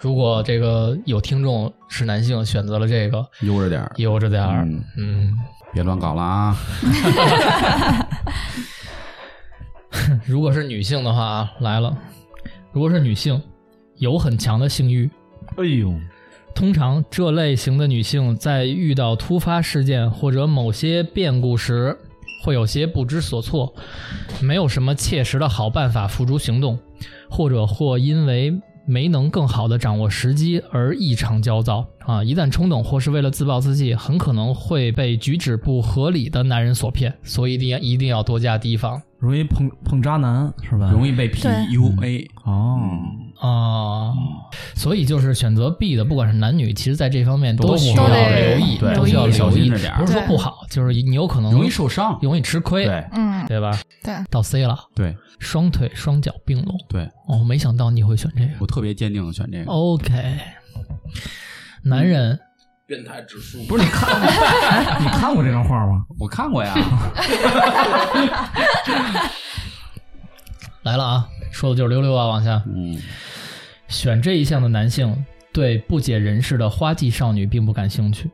如果这个有听众是男性，选择了这个，悠着点儿，悠着点儿，嗯嗯，别乱搞了啊！嗯 如果是女性的话，来了。如果是女性，有很强的性欲。哎呦，通常这类型的女性在遇到突发事件或者某些变故时，会有些不知所措，没有什么切实的好办法付诸行动，或者或因为没能更好的掌握时机而异常焦躁啊！一旦冲动或是为了自暴自弃，很可能会被举止不合理的男人所骗，所以一定要一定要多加提防。容易碰碰渣男是吧？容易被对 PUA 哦，啊、所以就是选择 B 的，不管是男女，其实在这方面都需要不好留意，对都需要留意小留心意着点儿不是说不好，就是你有可能容易受伤，容易吃亏，对嗯，对吧？对到 C 了，对双腿双脚并拢。对，哦，没想到你会选这个。我特别坚定的选这哦个。 OK，男人变态指数不是你看，哎你看过 这张画吗？我看 过呀，来了啊，说的就是溜溜啊，往下嗯，选这一项的男性对不解人世的花季少女并不感兴趣，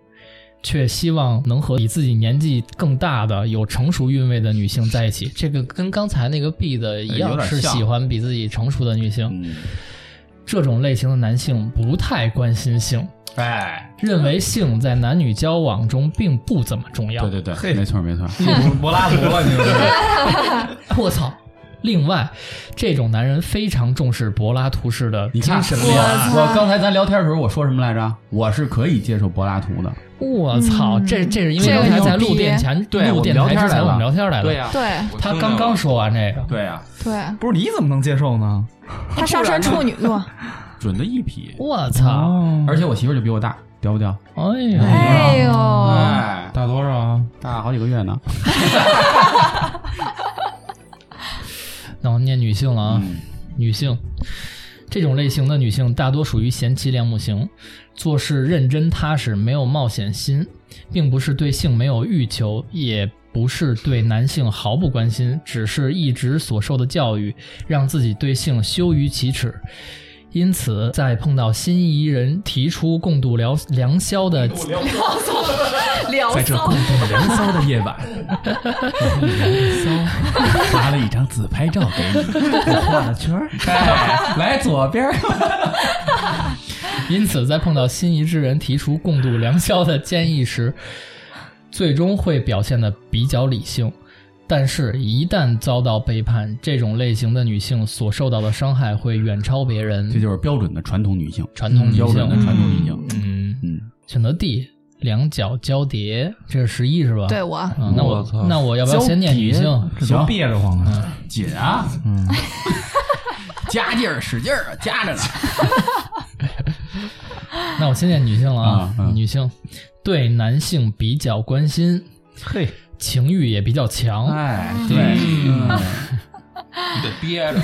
却希望能和比自己年纪更大的、有成熟韵味的女性在一起。这个跟刚才那个 B 的一哎有样，点是像喜欢比自己成熟的女性。嗯这种类型的男性不太关心性，哎，认为性在男女交往中并不怎么重要。对对对，没错没错，柏拉图了，你这 我操！另外，这种男人非常重视柏拉图式的你精看神我恋爱。我刚才咱聊天的时候我说什么来着？我是可以接受柏拉图的，我操！嗯这这是因为这个刚才牛在逼录电前，对录我们电聊台天之前来我们了聊天来了。对呀、啊对他刚刚说完这个，对呀、对，不是你怎么能接受呢？他上升处女座，准的一匹，我啊操！而且我媳妇儿就比我大，屌不屌？哎呀，哎呦，哎，大多少啊？大好几个月呢。那我念女性了啊，嗯女性。这种类型的女性大多属于贤妻良母型，做事认真踏实，没有冒险心，并不是对性没有欲求，也不是对男性毫不关心，只是一直所受的教育让自己对性羞于启齿。因此，在碰到心仪人提出共度良良宵的聊在这骚共，度良宵的 夜晚，我用燃骚发了一张自拍照给你，我画的圈儿，哎，来左边儿，因此，在碰到心仪之人提出共度良宵的建议时，最终会表现得比较理性。但是，一旦遭到背叛，这种类型的女性所受到的伤害会远超别人。这就是标准的传统女性，传统女标性准的传统女性。嗯，嗯，选择 D，两脚交叠，这是十一是吧？对。我啊、那我操那我要不要先念女性？这都憋着慌啊！紧啊，嗯， 加劲儿，使劲儿，夹着呢。那我先念女性了啊，啊啊女性对男性比较关心，嘿，情欲也比较强。哎，对，你 得憋 着，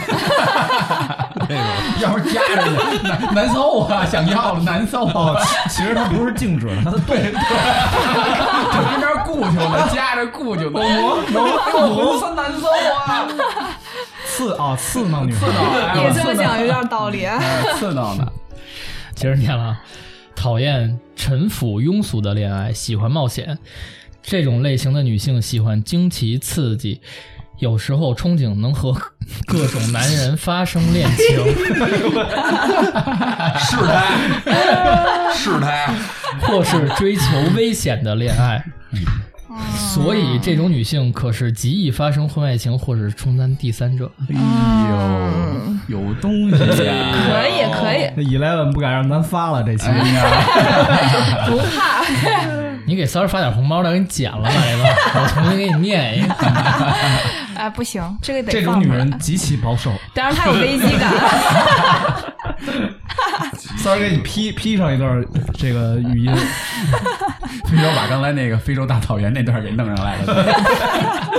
要不夹着呢，难难受啊，想要了，难受啊， 其实它不是静止的，它这边边顾就呢，夹着顾就呢，我浑身难受啊！刺啊，刺挠女刺也这么讲有点道理。刺挠呢。接着念了啊，讨厌陈腐庸俗的恋爱，喜欢冒险。这种类型的女性喜欢惊奇刺激，有时候憧憬能和各种男人发生恋情，是他， 是他，或是追求危险的恋爱。所以，这种女性可是极易发生婚外情，或者是充当第三者。哎呦，有东西呀！可以可以，以来文不敢让咱发了，这期哎呀，不怕。 你给三儿发点红包，让人剪了吧，这个我重新给你念一个。哎，不行，这个得这种放女出来人，极其保守。得让她有危机感。三儿给你 P P 上一段这个语音，非洲把刚才那个非洲大草原那段给弄上来了。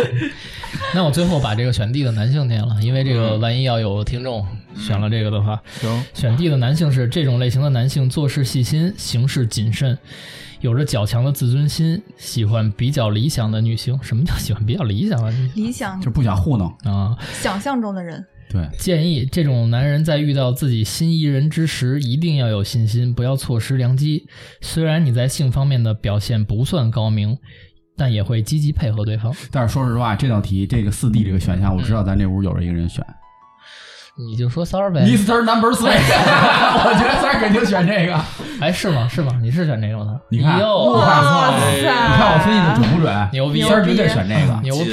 那我最后把这个选 D 的男性念了，因为这个万一要有听众选了这个的话，行，选 D 的男性是这种类型的男性，做事细心，行事谨慎，有着较强的自尊心，喜欢比较理想的女性。什么叫喜欢比较理想的女性理想就不想糊弄，啊？想象中的人，对，建议这种男人在遇到自己心仪人之时，一定要有信心，不要错失良机。虽然你在性方面的表现不算高明，但也会积极配合对方。但是说实话，这道题这个四 D 这个选项，我知道咱这屋有人一个人选你就说三儿呗。 ，Mr. Number Three，我觉得咱肯定选这个。哎，是吗？是吗？你是选这个吗？你看哟哇哇塞！啊你看我分析的准不准？牛逼三儿绝对选这个。嗯牛逼！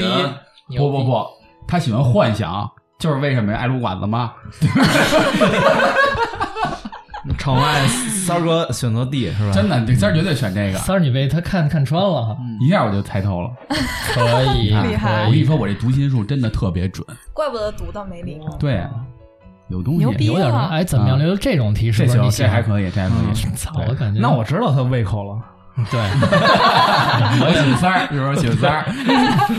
牛不逼不，不，他喜欢幻想，就是为什么呀？爱撸管子吗？场外三儿哥选择 D 是吧？真的，这三儿绝对选这个，三儿你被他看看穿了哈，一下我就猜透了。可以，你看厉害我跟你说，我这读心术真的特别准。怪不得读到没灵。对，啊有东西，牛逼有点什么？哎，怎么样？留这种提示嗯这不是行，你这还以。可以，这还可以。 操，我感觉那我知道他胃口了。对，嗯我选三儿，就是我选三儿。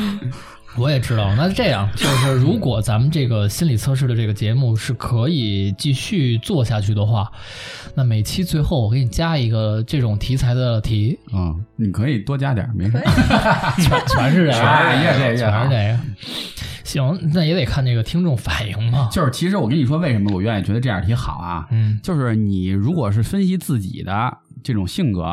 我也知道。那这样就是，如果咱们这个心理测试的这个节目是可以继续做下去的话，那每期最后我给你加一个这种题材的题，嗯，你可以多加点儿， 没事。全全是这个，哎越这越全好是这个。行，那也得看这个听众反应嘛。就是其实我跟你说，为什么我愿意觉得这样题好啊？嗯，就是你如果是分析自己的这种性格，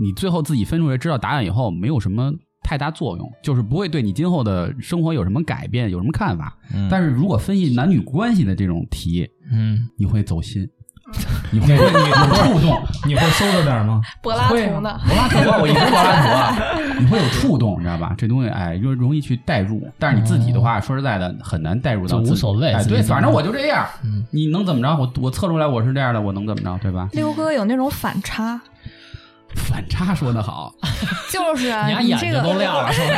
你最后自己分出来知道答案以后，没有什么太大作用，就是不会对你今后的生活有什么改变，有什么看法。嗯但是如果分析男女关系的这种题，嗯，你会走心，你会你会触 动，你会收着点吗？柏拉会图呢？柏拉图啊，我一直柏拉图 啊，你会有触动，你知道吧？这东西哎，就容易去代入，但是你自己的话，说实在的，很难代入到就自己，无所谓哎，自己对，怎么反正我就这样嗯，你能怎么着？我我测出来我是这样的，我能怎么着？对吧？六哥有那种反差，反差说的好，就是啊，你俩你眼这睛个都 亮了，是吧？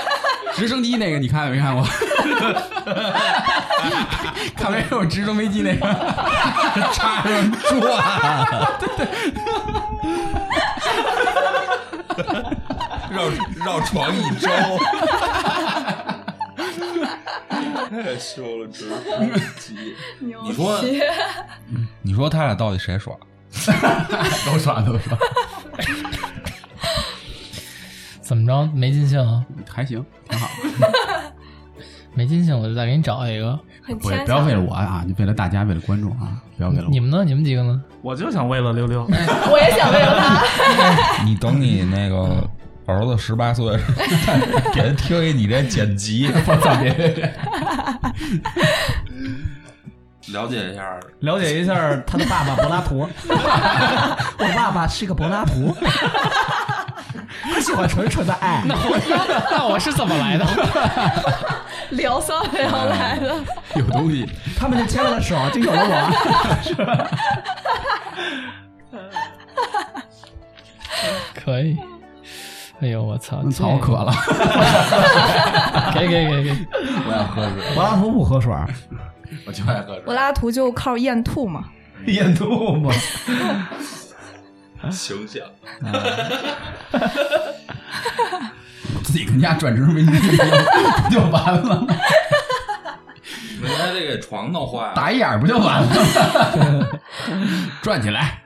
直升机那个你看没看过？ 看没有直升飞机那 个插上转，绕绕床一 周，太秀了， 直急。牛你说逼你说他俩到底谁爽？都爽都爽，怎么着没尽兴啊？还行，挺好。没尽兴，我就再给你找一个。很我也牵不要强为。了我啊，你为了大家，为了观众啊，不要为了我你。们呢？你们几个呢？ 我就想为了六六，我也想为了他，你等你那个儿子十八岁， 给人听一你这剪 辑，我操别！了解一下，了解一下他的爸爸柏拉 图。我爸爸是个柏拉图，他喜欢纯纯的爱。 那我是怎么来的？ 聊骚聊来的，有东西，他们就牵了手，就有了我。可以。哎呦，我操！草渴了，给给给给，我要喝水，柏拉图不喝水， 我就爱喝水。柏拉图就靠咽吐嘛。咽吐沫。形象自己跟家转直升飞机不就完了吗？你还得给床弄坏了。打一眼不就完了吗？ 转起来，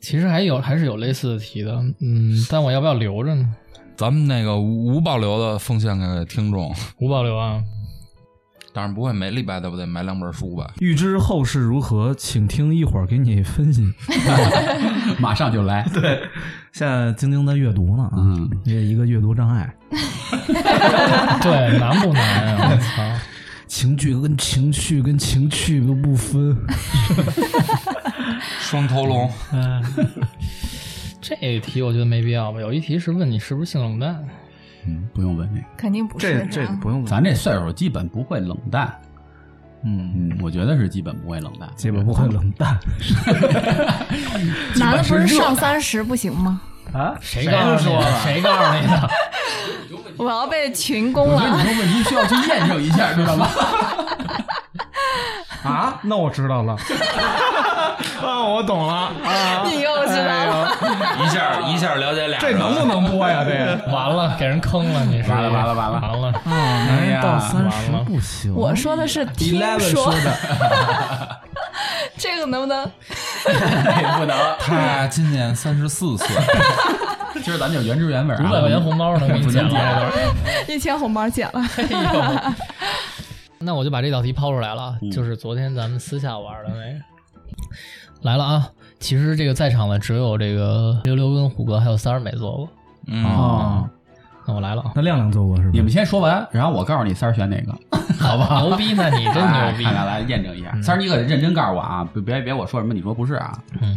其实还有还是有类似的题的，嗯，但我要不要留着呢？咱们那个无无保留的奉献给听众，无保留啊。当然不会每礼拜都得买两本书吧？欲知后事如何，请听一会儿给你分析。马上就来。对，现在晶晶在阅读呢啊，嗯，也有一个阅读障碍。对，难不难啊？我操！情绪跟情绪跟情绪都不分，双头龙，这题我觉得没必要吧。有一题是问你是不是性冷淡，嗯，不用问这个，肯定不是啊这样不用咱这岁数基本不会冷淡。嗯，嗯，我觉得是基本不会冷淡。基本不会冷淡男的不是上三十不行吗？啊。谁告诉你的？谁告诉你的？我要被群攻我觉得了你，这个问题需要去验证一下，知道吗？ 啊，那我知道了，啊，我懂了啊， 你又知道了。一下一下了解俩这能不能播呀？这个 完了，给人坑了，你是完了完了完了完了！男人哎到三完十了不行，我说的是听 Eleven 说说，的， 这个能不能？也不能，他今年三十四岁，今儿咱就原汁原味儿啊。五百块钱红包呢，给你不捡能了。捡一千红包捡了，哎呦， 那我就把这道题抛出来了，嗯就是昨天咱们私下玩的那个。来了啊！其实这个在场的只有这个溜溜跟虎哥还有三儿没做过。嗯，哦，那我来 了啊！那亮亮做过是吧？你们先说完，然后我告诉你三儿选哪个。好吧，牛逼，那你真牛逼！哎来来来验证一下，三儿你可得认真告诉我啊，别别别我说什么你说不是啊，嗯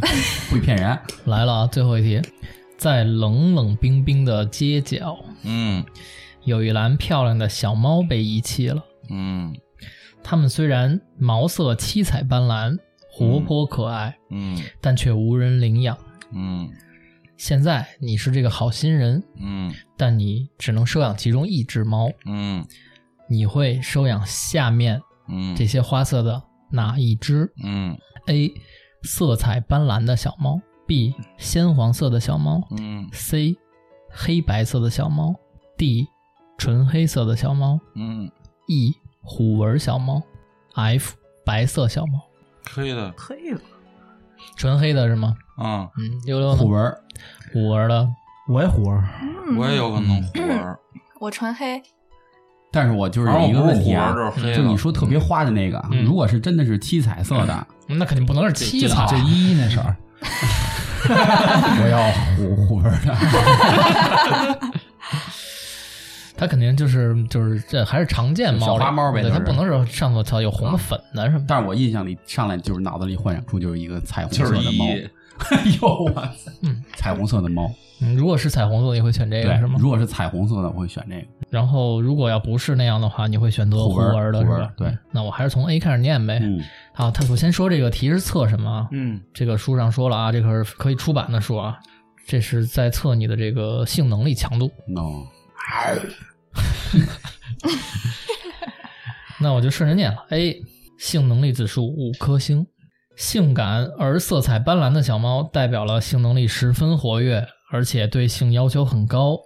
不许骗人。来了啊，最后一题，在冷冷冰冰的街角，嗯有一栏漂亮的小猫被遗弃了。嗯它们虽然毛色七彩斑斓、活泼可爱，嗯但却无人领养。嗯现在你是这个好心人，嗯但你只能收养其中一只猫。嗯你会收养下面嗯，这些花色的哪一只嗯？A. 色彩斑斓的小猫；B. 鲜黄色的小猫嗯；C. 黑白色的小猫；D. 纯黑色的小猫嗯， ；E. 虎纹小猫；F. 白色小猫。黑的黑的，纯黑的是吗？啊，嗯，溜溜呢？虎纹儿，虎纹的，我也火，我也有可能虎纹儿，我纯黑， 但是我就是有一个问题啊然后不是虎纹儿就是黑，的就你说特别花的那个，嗯如果是真的是七彩色的，那肯定不能是七彩。这一那色儿，我要虎虎纹儿的。它肯定就是就是这还是常见猫小类，花猫呗对它就是啊不能是上头条有红的、粉的什么的。但是我印象里上来就是脑子里幻想出就是一个彩虹就色是的一猫，哎 呦我操嗯，彩虹色的猫，嗯如果是彩虹色，你会选这对个是吗，？如果是彩虹色的，我会选这个然后如果要不是那样的话，你会选择虎纹纹儿的虎是纹儿吧？对，那我还是从 A 开始念呗。嗯好，他我先说这个题是测什么啊？嗯这个书上说了啊，这可是可以出版的书啊，这是在测你的这个性能力强度。 ，no，那我就顺着念了。A 性能力指数五颗星，性感而色彩斑斓的小猫代表了性能力十分活跃，而且对性要求很高。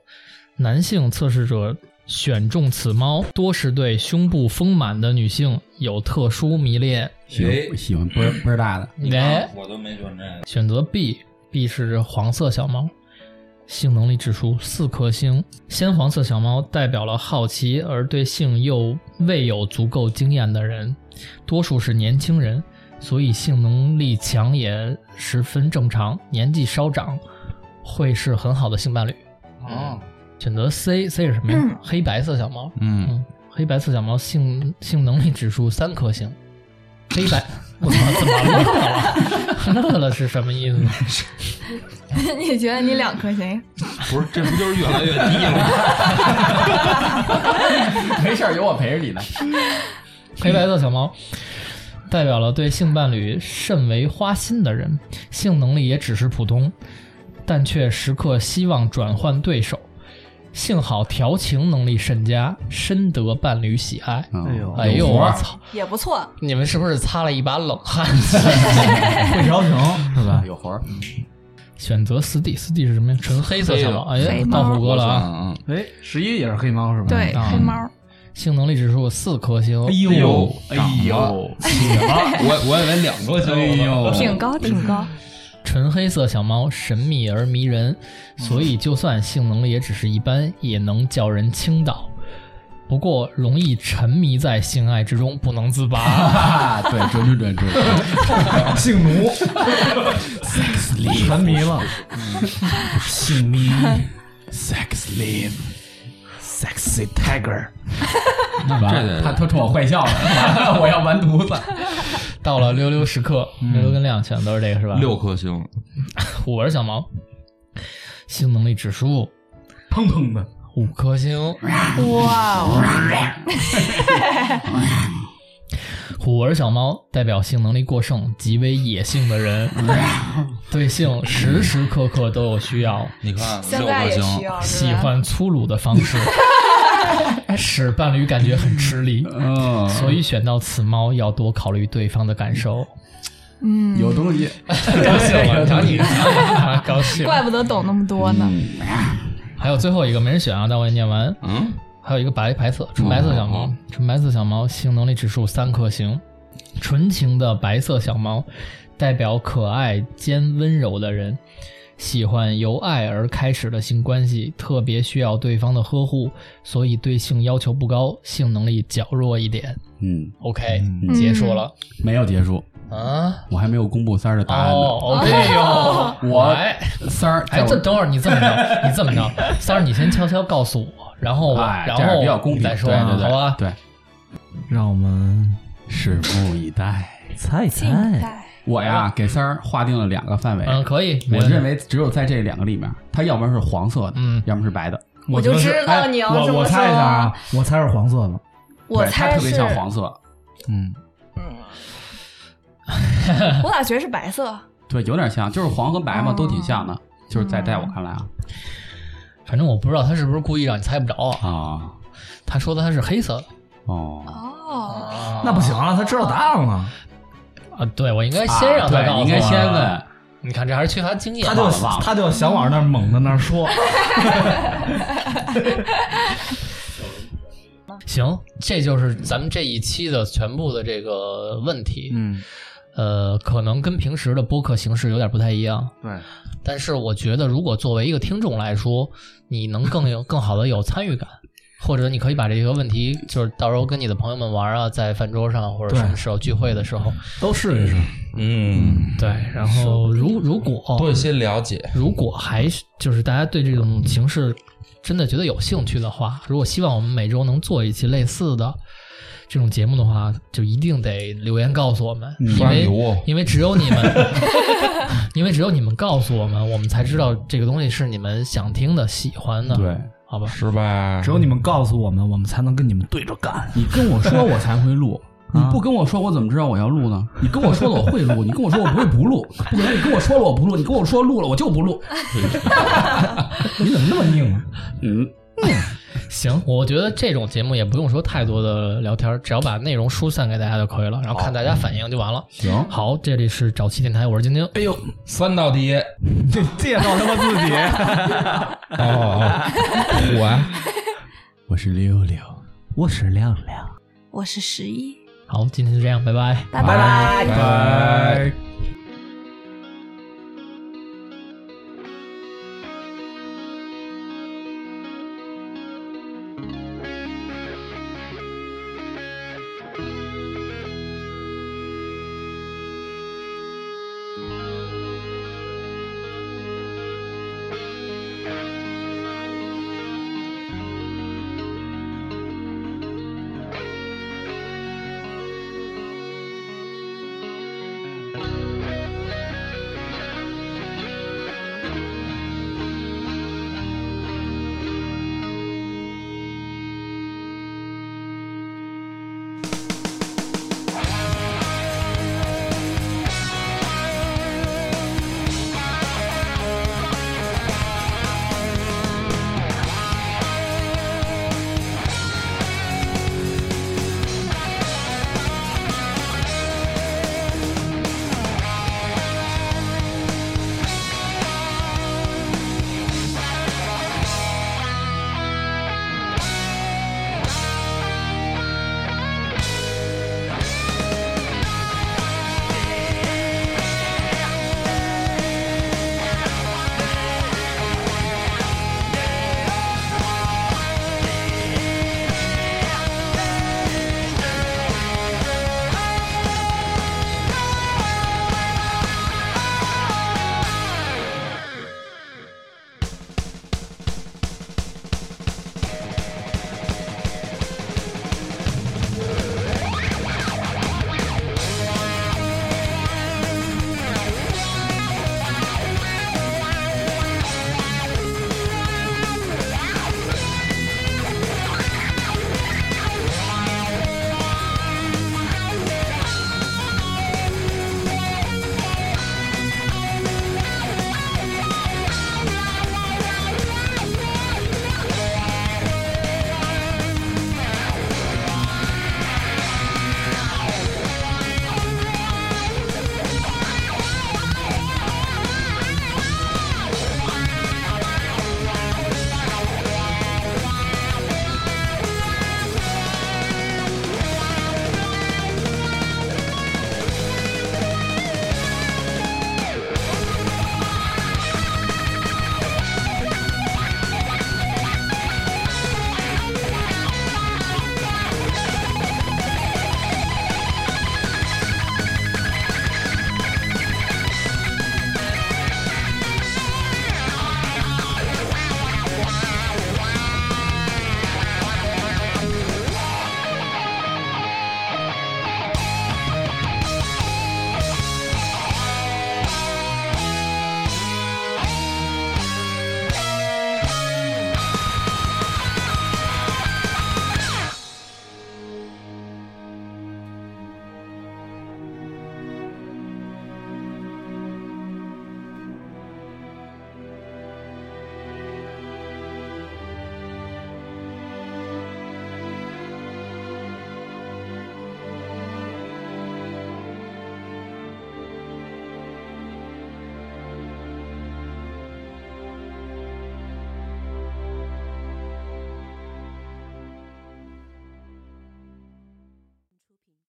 男性测试者选中此猫，多是对胸部丰满的女性有特殊迷恋。喜哎欢喜欢波儿波儿大的，来，我都没选这个，选择 B，B 是黄色小猫，性能力指数四颗星。鲜黄色小猫代表了好奇而对性又未有足够经验的人，多数是年轻人，所以性能力强也十分正常。年纪稍长会是很好的性伴侣。哦，选择 C，C 是什么呀？嗯黑白色小猫，嗯，嗯，黑白色小猫性性能力指数三颗星，黑白。 我操，怎么乐了？ 乐了是什么意思呢？你觉得你两颗星？不是，这不就是越来越低了？ 没事儿有我陪着你呢。黑白色小猫代表了对性伴侣甚为花心的人，性能力也只是普通，但却时刻希望转换对手。幸好调情能力甚佳，深得伴侣喜爱。嗯哎呦哎呦，有活我儿操！也不错，你们是不是擦了一把冷汗？会调情是吧？有活儿， 选择四 D，四 D 是什么呀？纯黑色小猫。哎黑呀，猫到虎哥了啊！嗯嗯，哎，十一也是黑猫是吧？对，啊黑猫。性能力指数四颗星。哎呦嗯哎 呦，我我以为两个哎星，呦，挺高，挺高。纯黑色小猫神秘而迷人，嗯所以就算性能力也只是一般，也能叫人倾倒。不过容易沉迷在性爱之中，不能自 拔。啊，对，准准 准准，性奴，沉迷了，性迷，sex live。 ，sexy tiger， 那完这了，得他他冲我坏笑了，完了，我要完犊子。到了溜溜时刻，嗯溜溜跟亮选的都是这个是吧？六颗星，虎纹小猫，性能力指数砰砰的，五颗星。哇哦，虎纹小猫代表性能力过剩、极为野性的 人，对性时时刻刻都有需要。你看现六在颗也需星，要喜。欢粗鲁的方式，使伴侣感觉很吃力，嗯，所以选到此猫要多考虑对方的感受。嗯，有 东西，高兴了，瞧你，啊高兴。怪不得懂那么多呢。嗯还有最后一个没人选啊，但我也念完。嗯，还有一个白白色纯白色小猫，纯白色小猫性能力指数三颗星，纯情的白色小猫，代表可爱兼温柔的人，喜欢由爱而开始的性关系，特别需要对方的呵护，所以对性要求不高，性能力较弱一点。嗯， OK，、结束了没有结束，啊。我还没有公布三儿的答案呢。哦，OK 哟，我哎，三儿在我，这等会儿你这么着， 你这么着，三儿你先悄悄告诉我，然后我，哎，然这样后比较公平，再说，啊对对对，好吧？对，让我们拭目以待。猜一静猜。待，我呀，给三儿划定了两个范围，嗯，可以，没我问题认为只有在这两个里面，它要么是黄色的，嗯要么是白的。我就知道你要哎我这我么猜一下说。啊，我猜是黄色的。我对它猜特别是，像黄色，嗯，我咋觉得是白色？对，有点像，就是黄和白嘛，哦都挺像的。就是嗯在在我看来啊，反正我不知道他是不是故意让你猜不着啊。啊他说的他是黑色的哦，哦，那不行啊，他知道答案了，啊，对我应该先让他对告诉我，啊应该先问。你看这还是缺乏经验。啊他就忘了他就想往那儿猛的那儿说。行，这就是咱们这一期的全部的这个问题。嗯，呃，可能跟平时的播客形式有点不太一样，对，但是我觉得如果作为一个听众来说，你能更有更好的有参与感。或者你可以把这个问题，就是到时候跟你的朋友们玩啊，在饭桌上或者什么时候聚会的时候，都试一试。嗯，对。然后如如果多一些了解，如果还是就是大家对这种形式真的觉得有兴趣的话，如果希望我们每周能做一期类似的这种节目的话，就一定得留言告诉我们，因刷为油，因为只有你们，因为只有你们告诉我们，我们才知道这个东西是你们想听的、喜欢的，对，好吧？是吧？只有你们告诉我们，我们才能跟你们对着干。你跟我说我才会 录，你不跟我说我怎么知道我要录呢？你跟我说了我会录，你跟我说我不会不录，不可能你跟我说了我不录，你跟我说录了我就不录。你怎么那么拧 啊？嗯，行，我觉得这种节目也不用说太多的聊天，只要把内容疏散给大家就可以了，然后看大家反应就完了。行，好，这里是早期电台，我是晶晶。哎呦，三道题，这介绍他妈自己。哦哦，我啊我是六六，我是十一，好，今天就这样，拜拜。拜拜拜。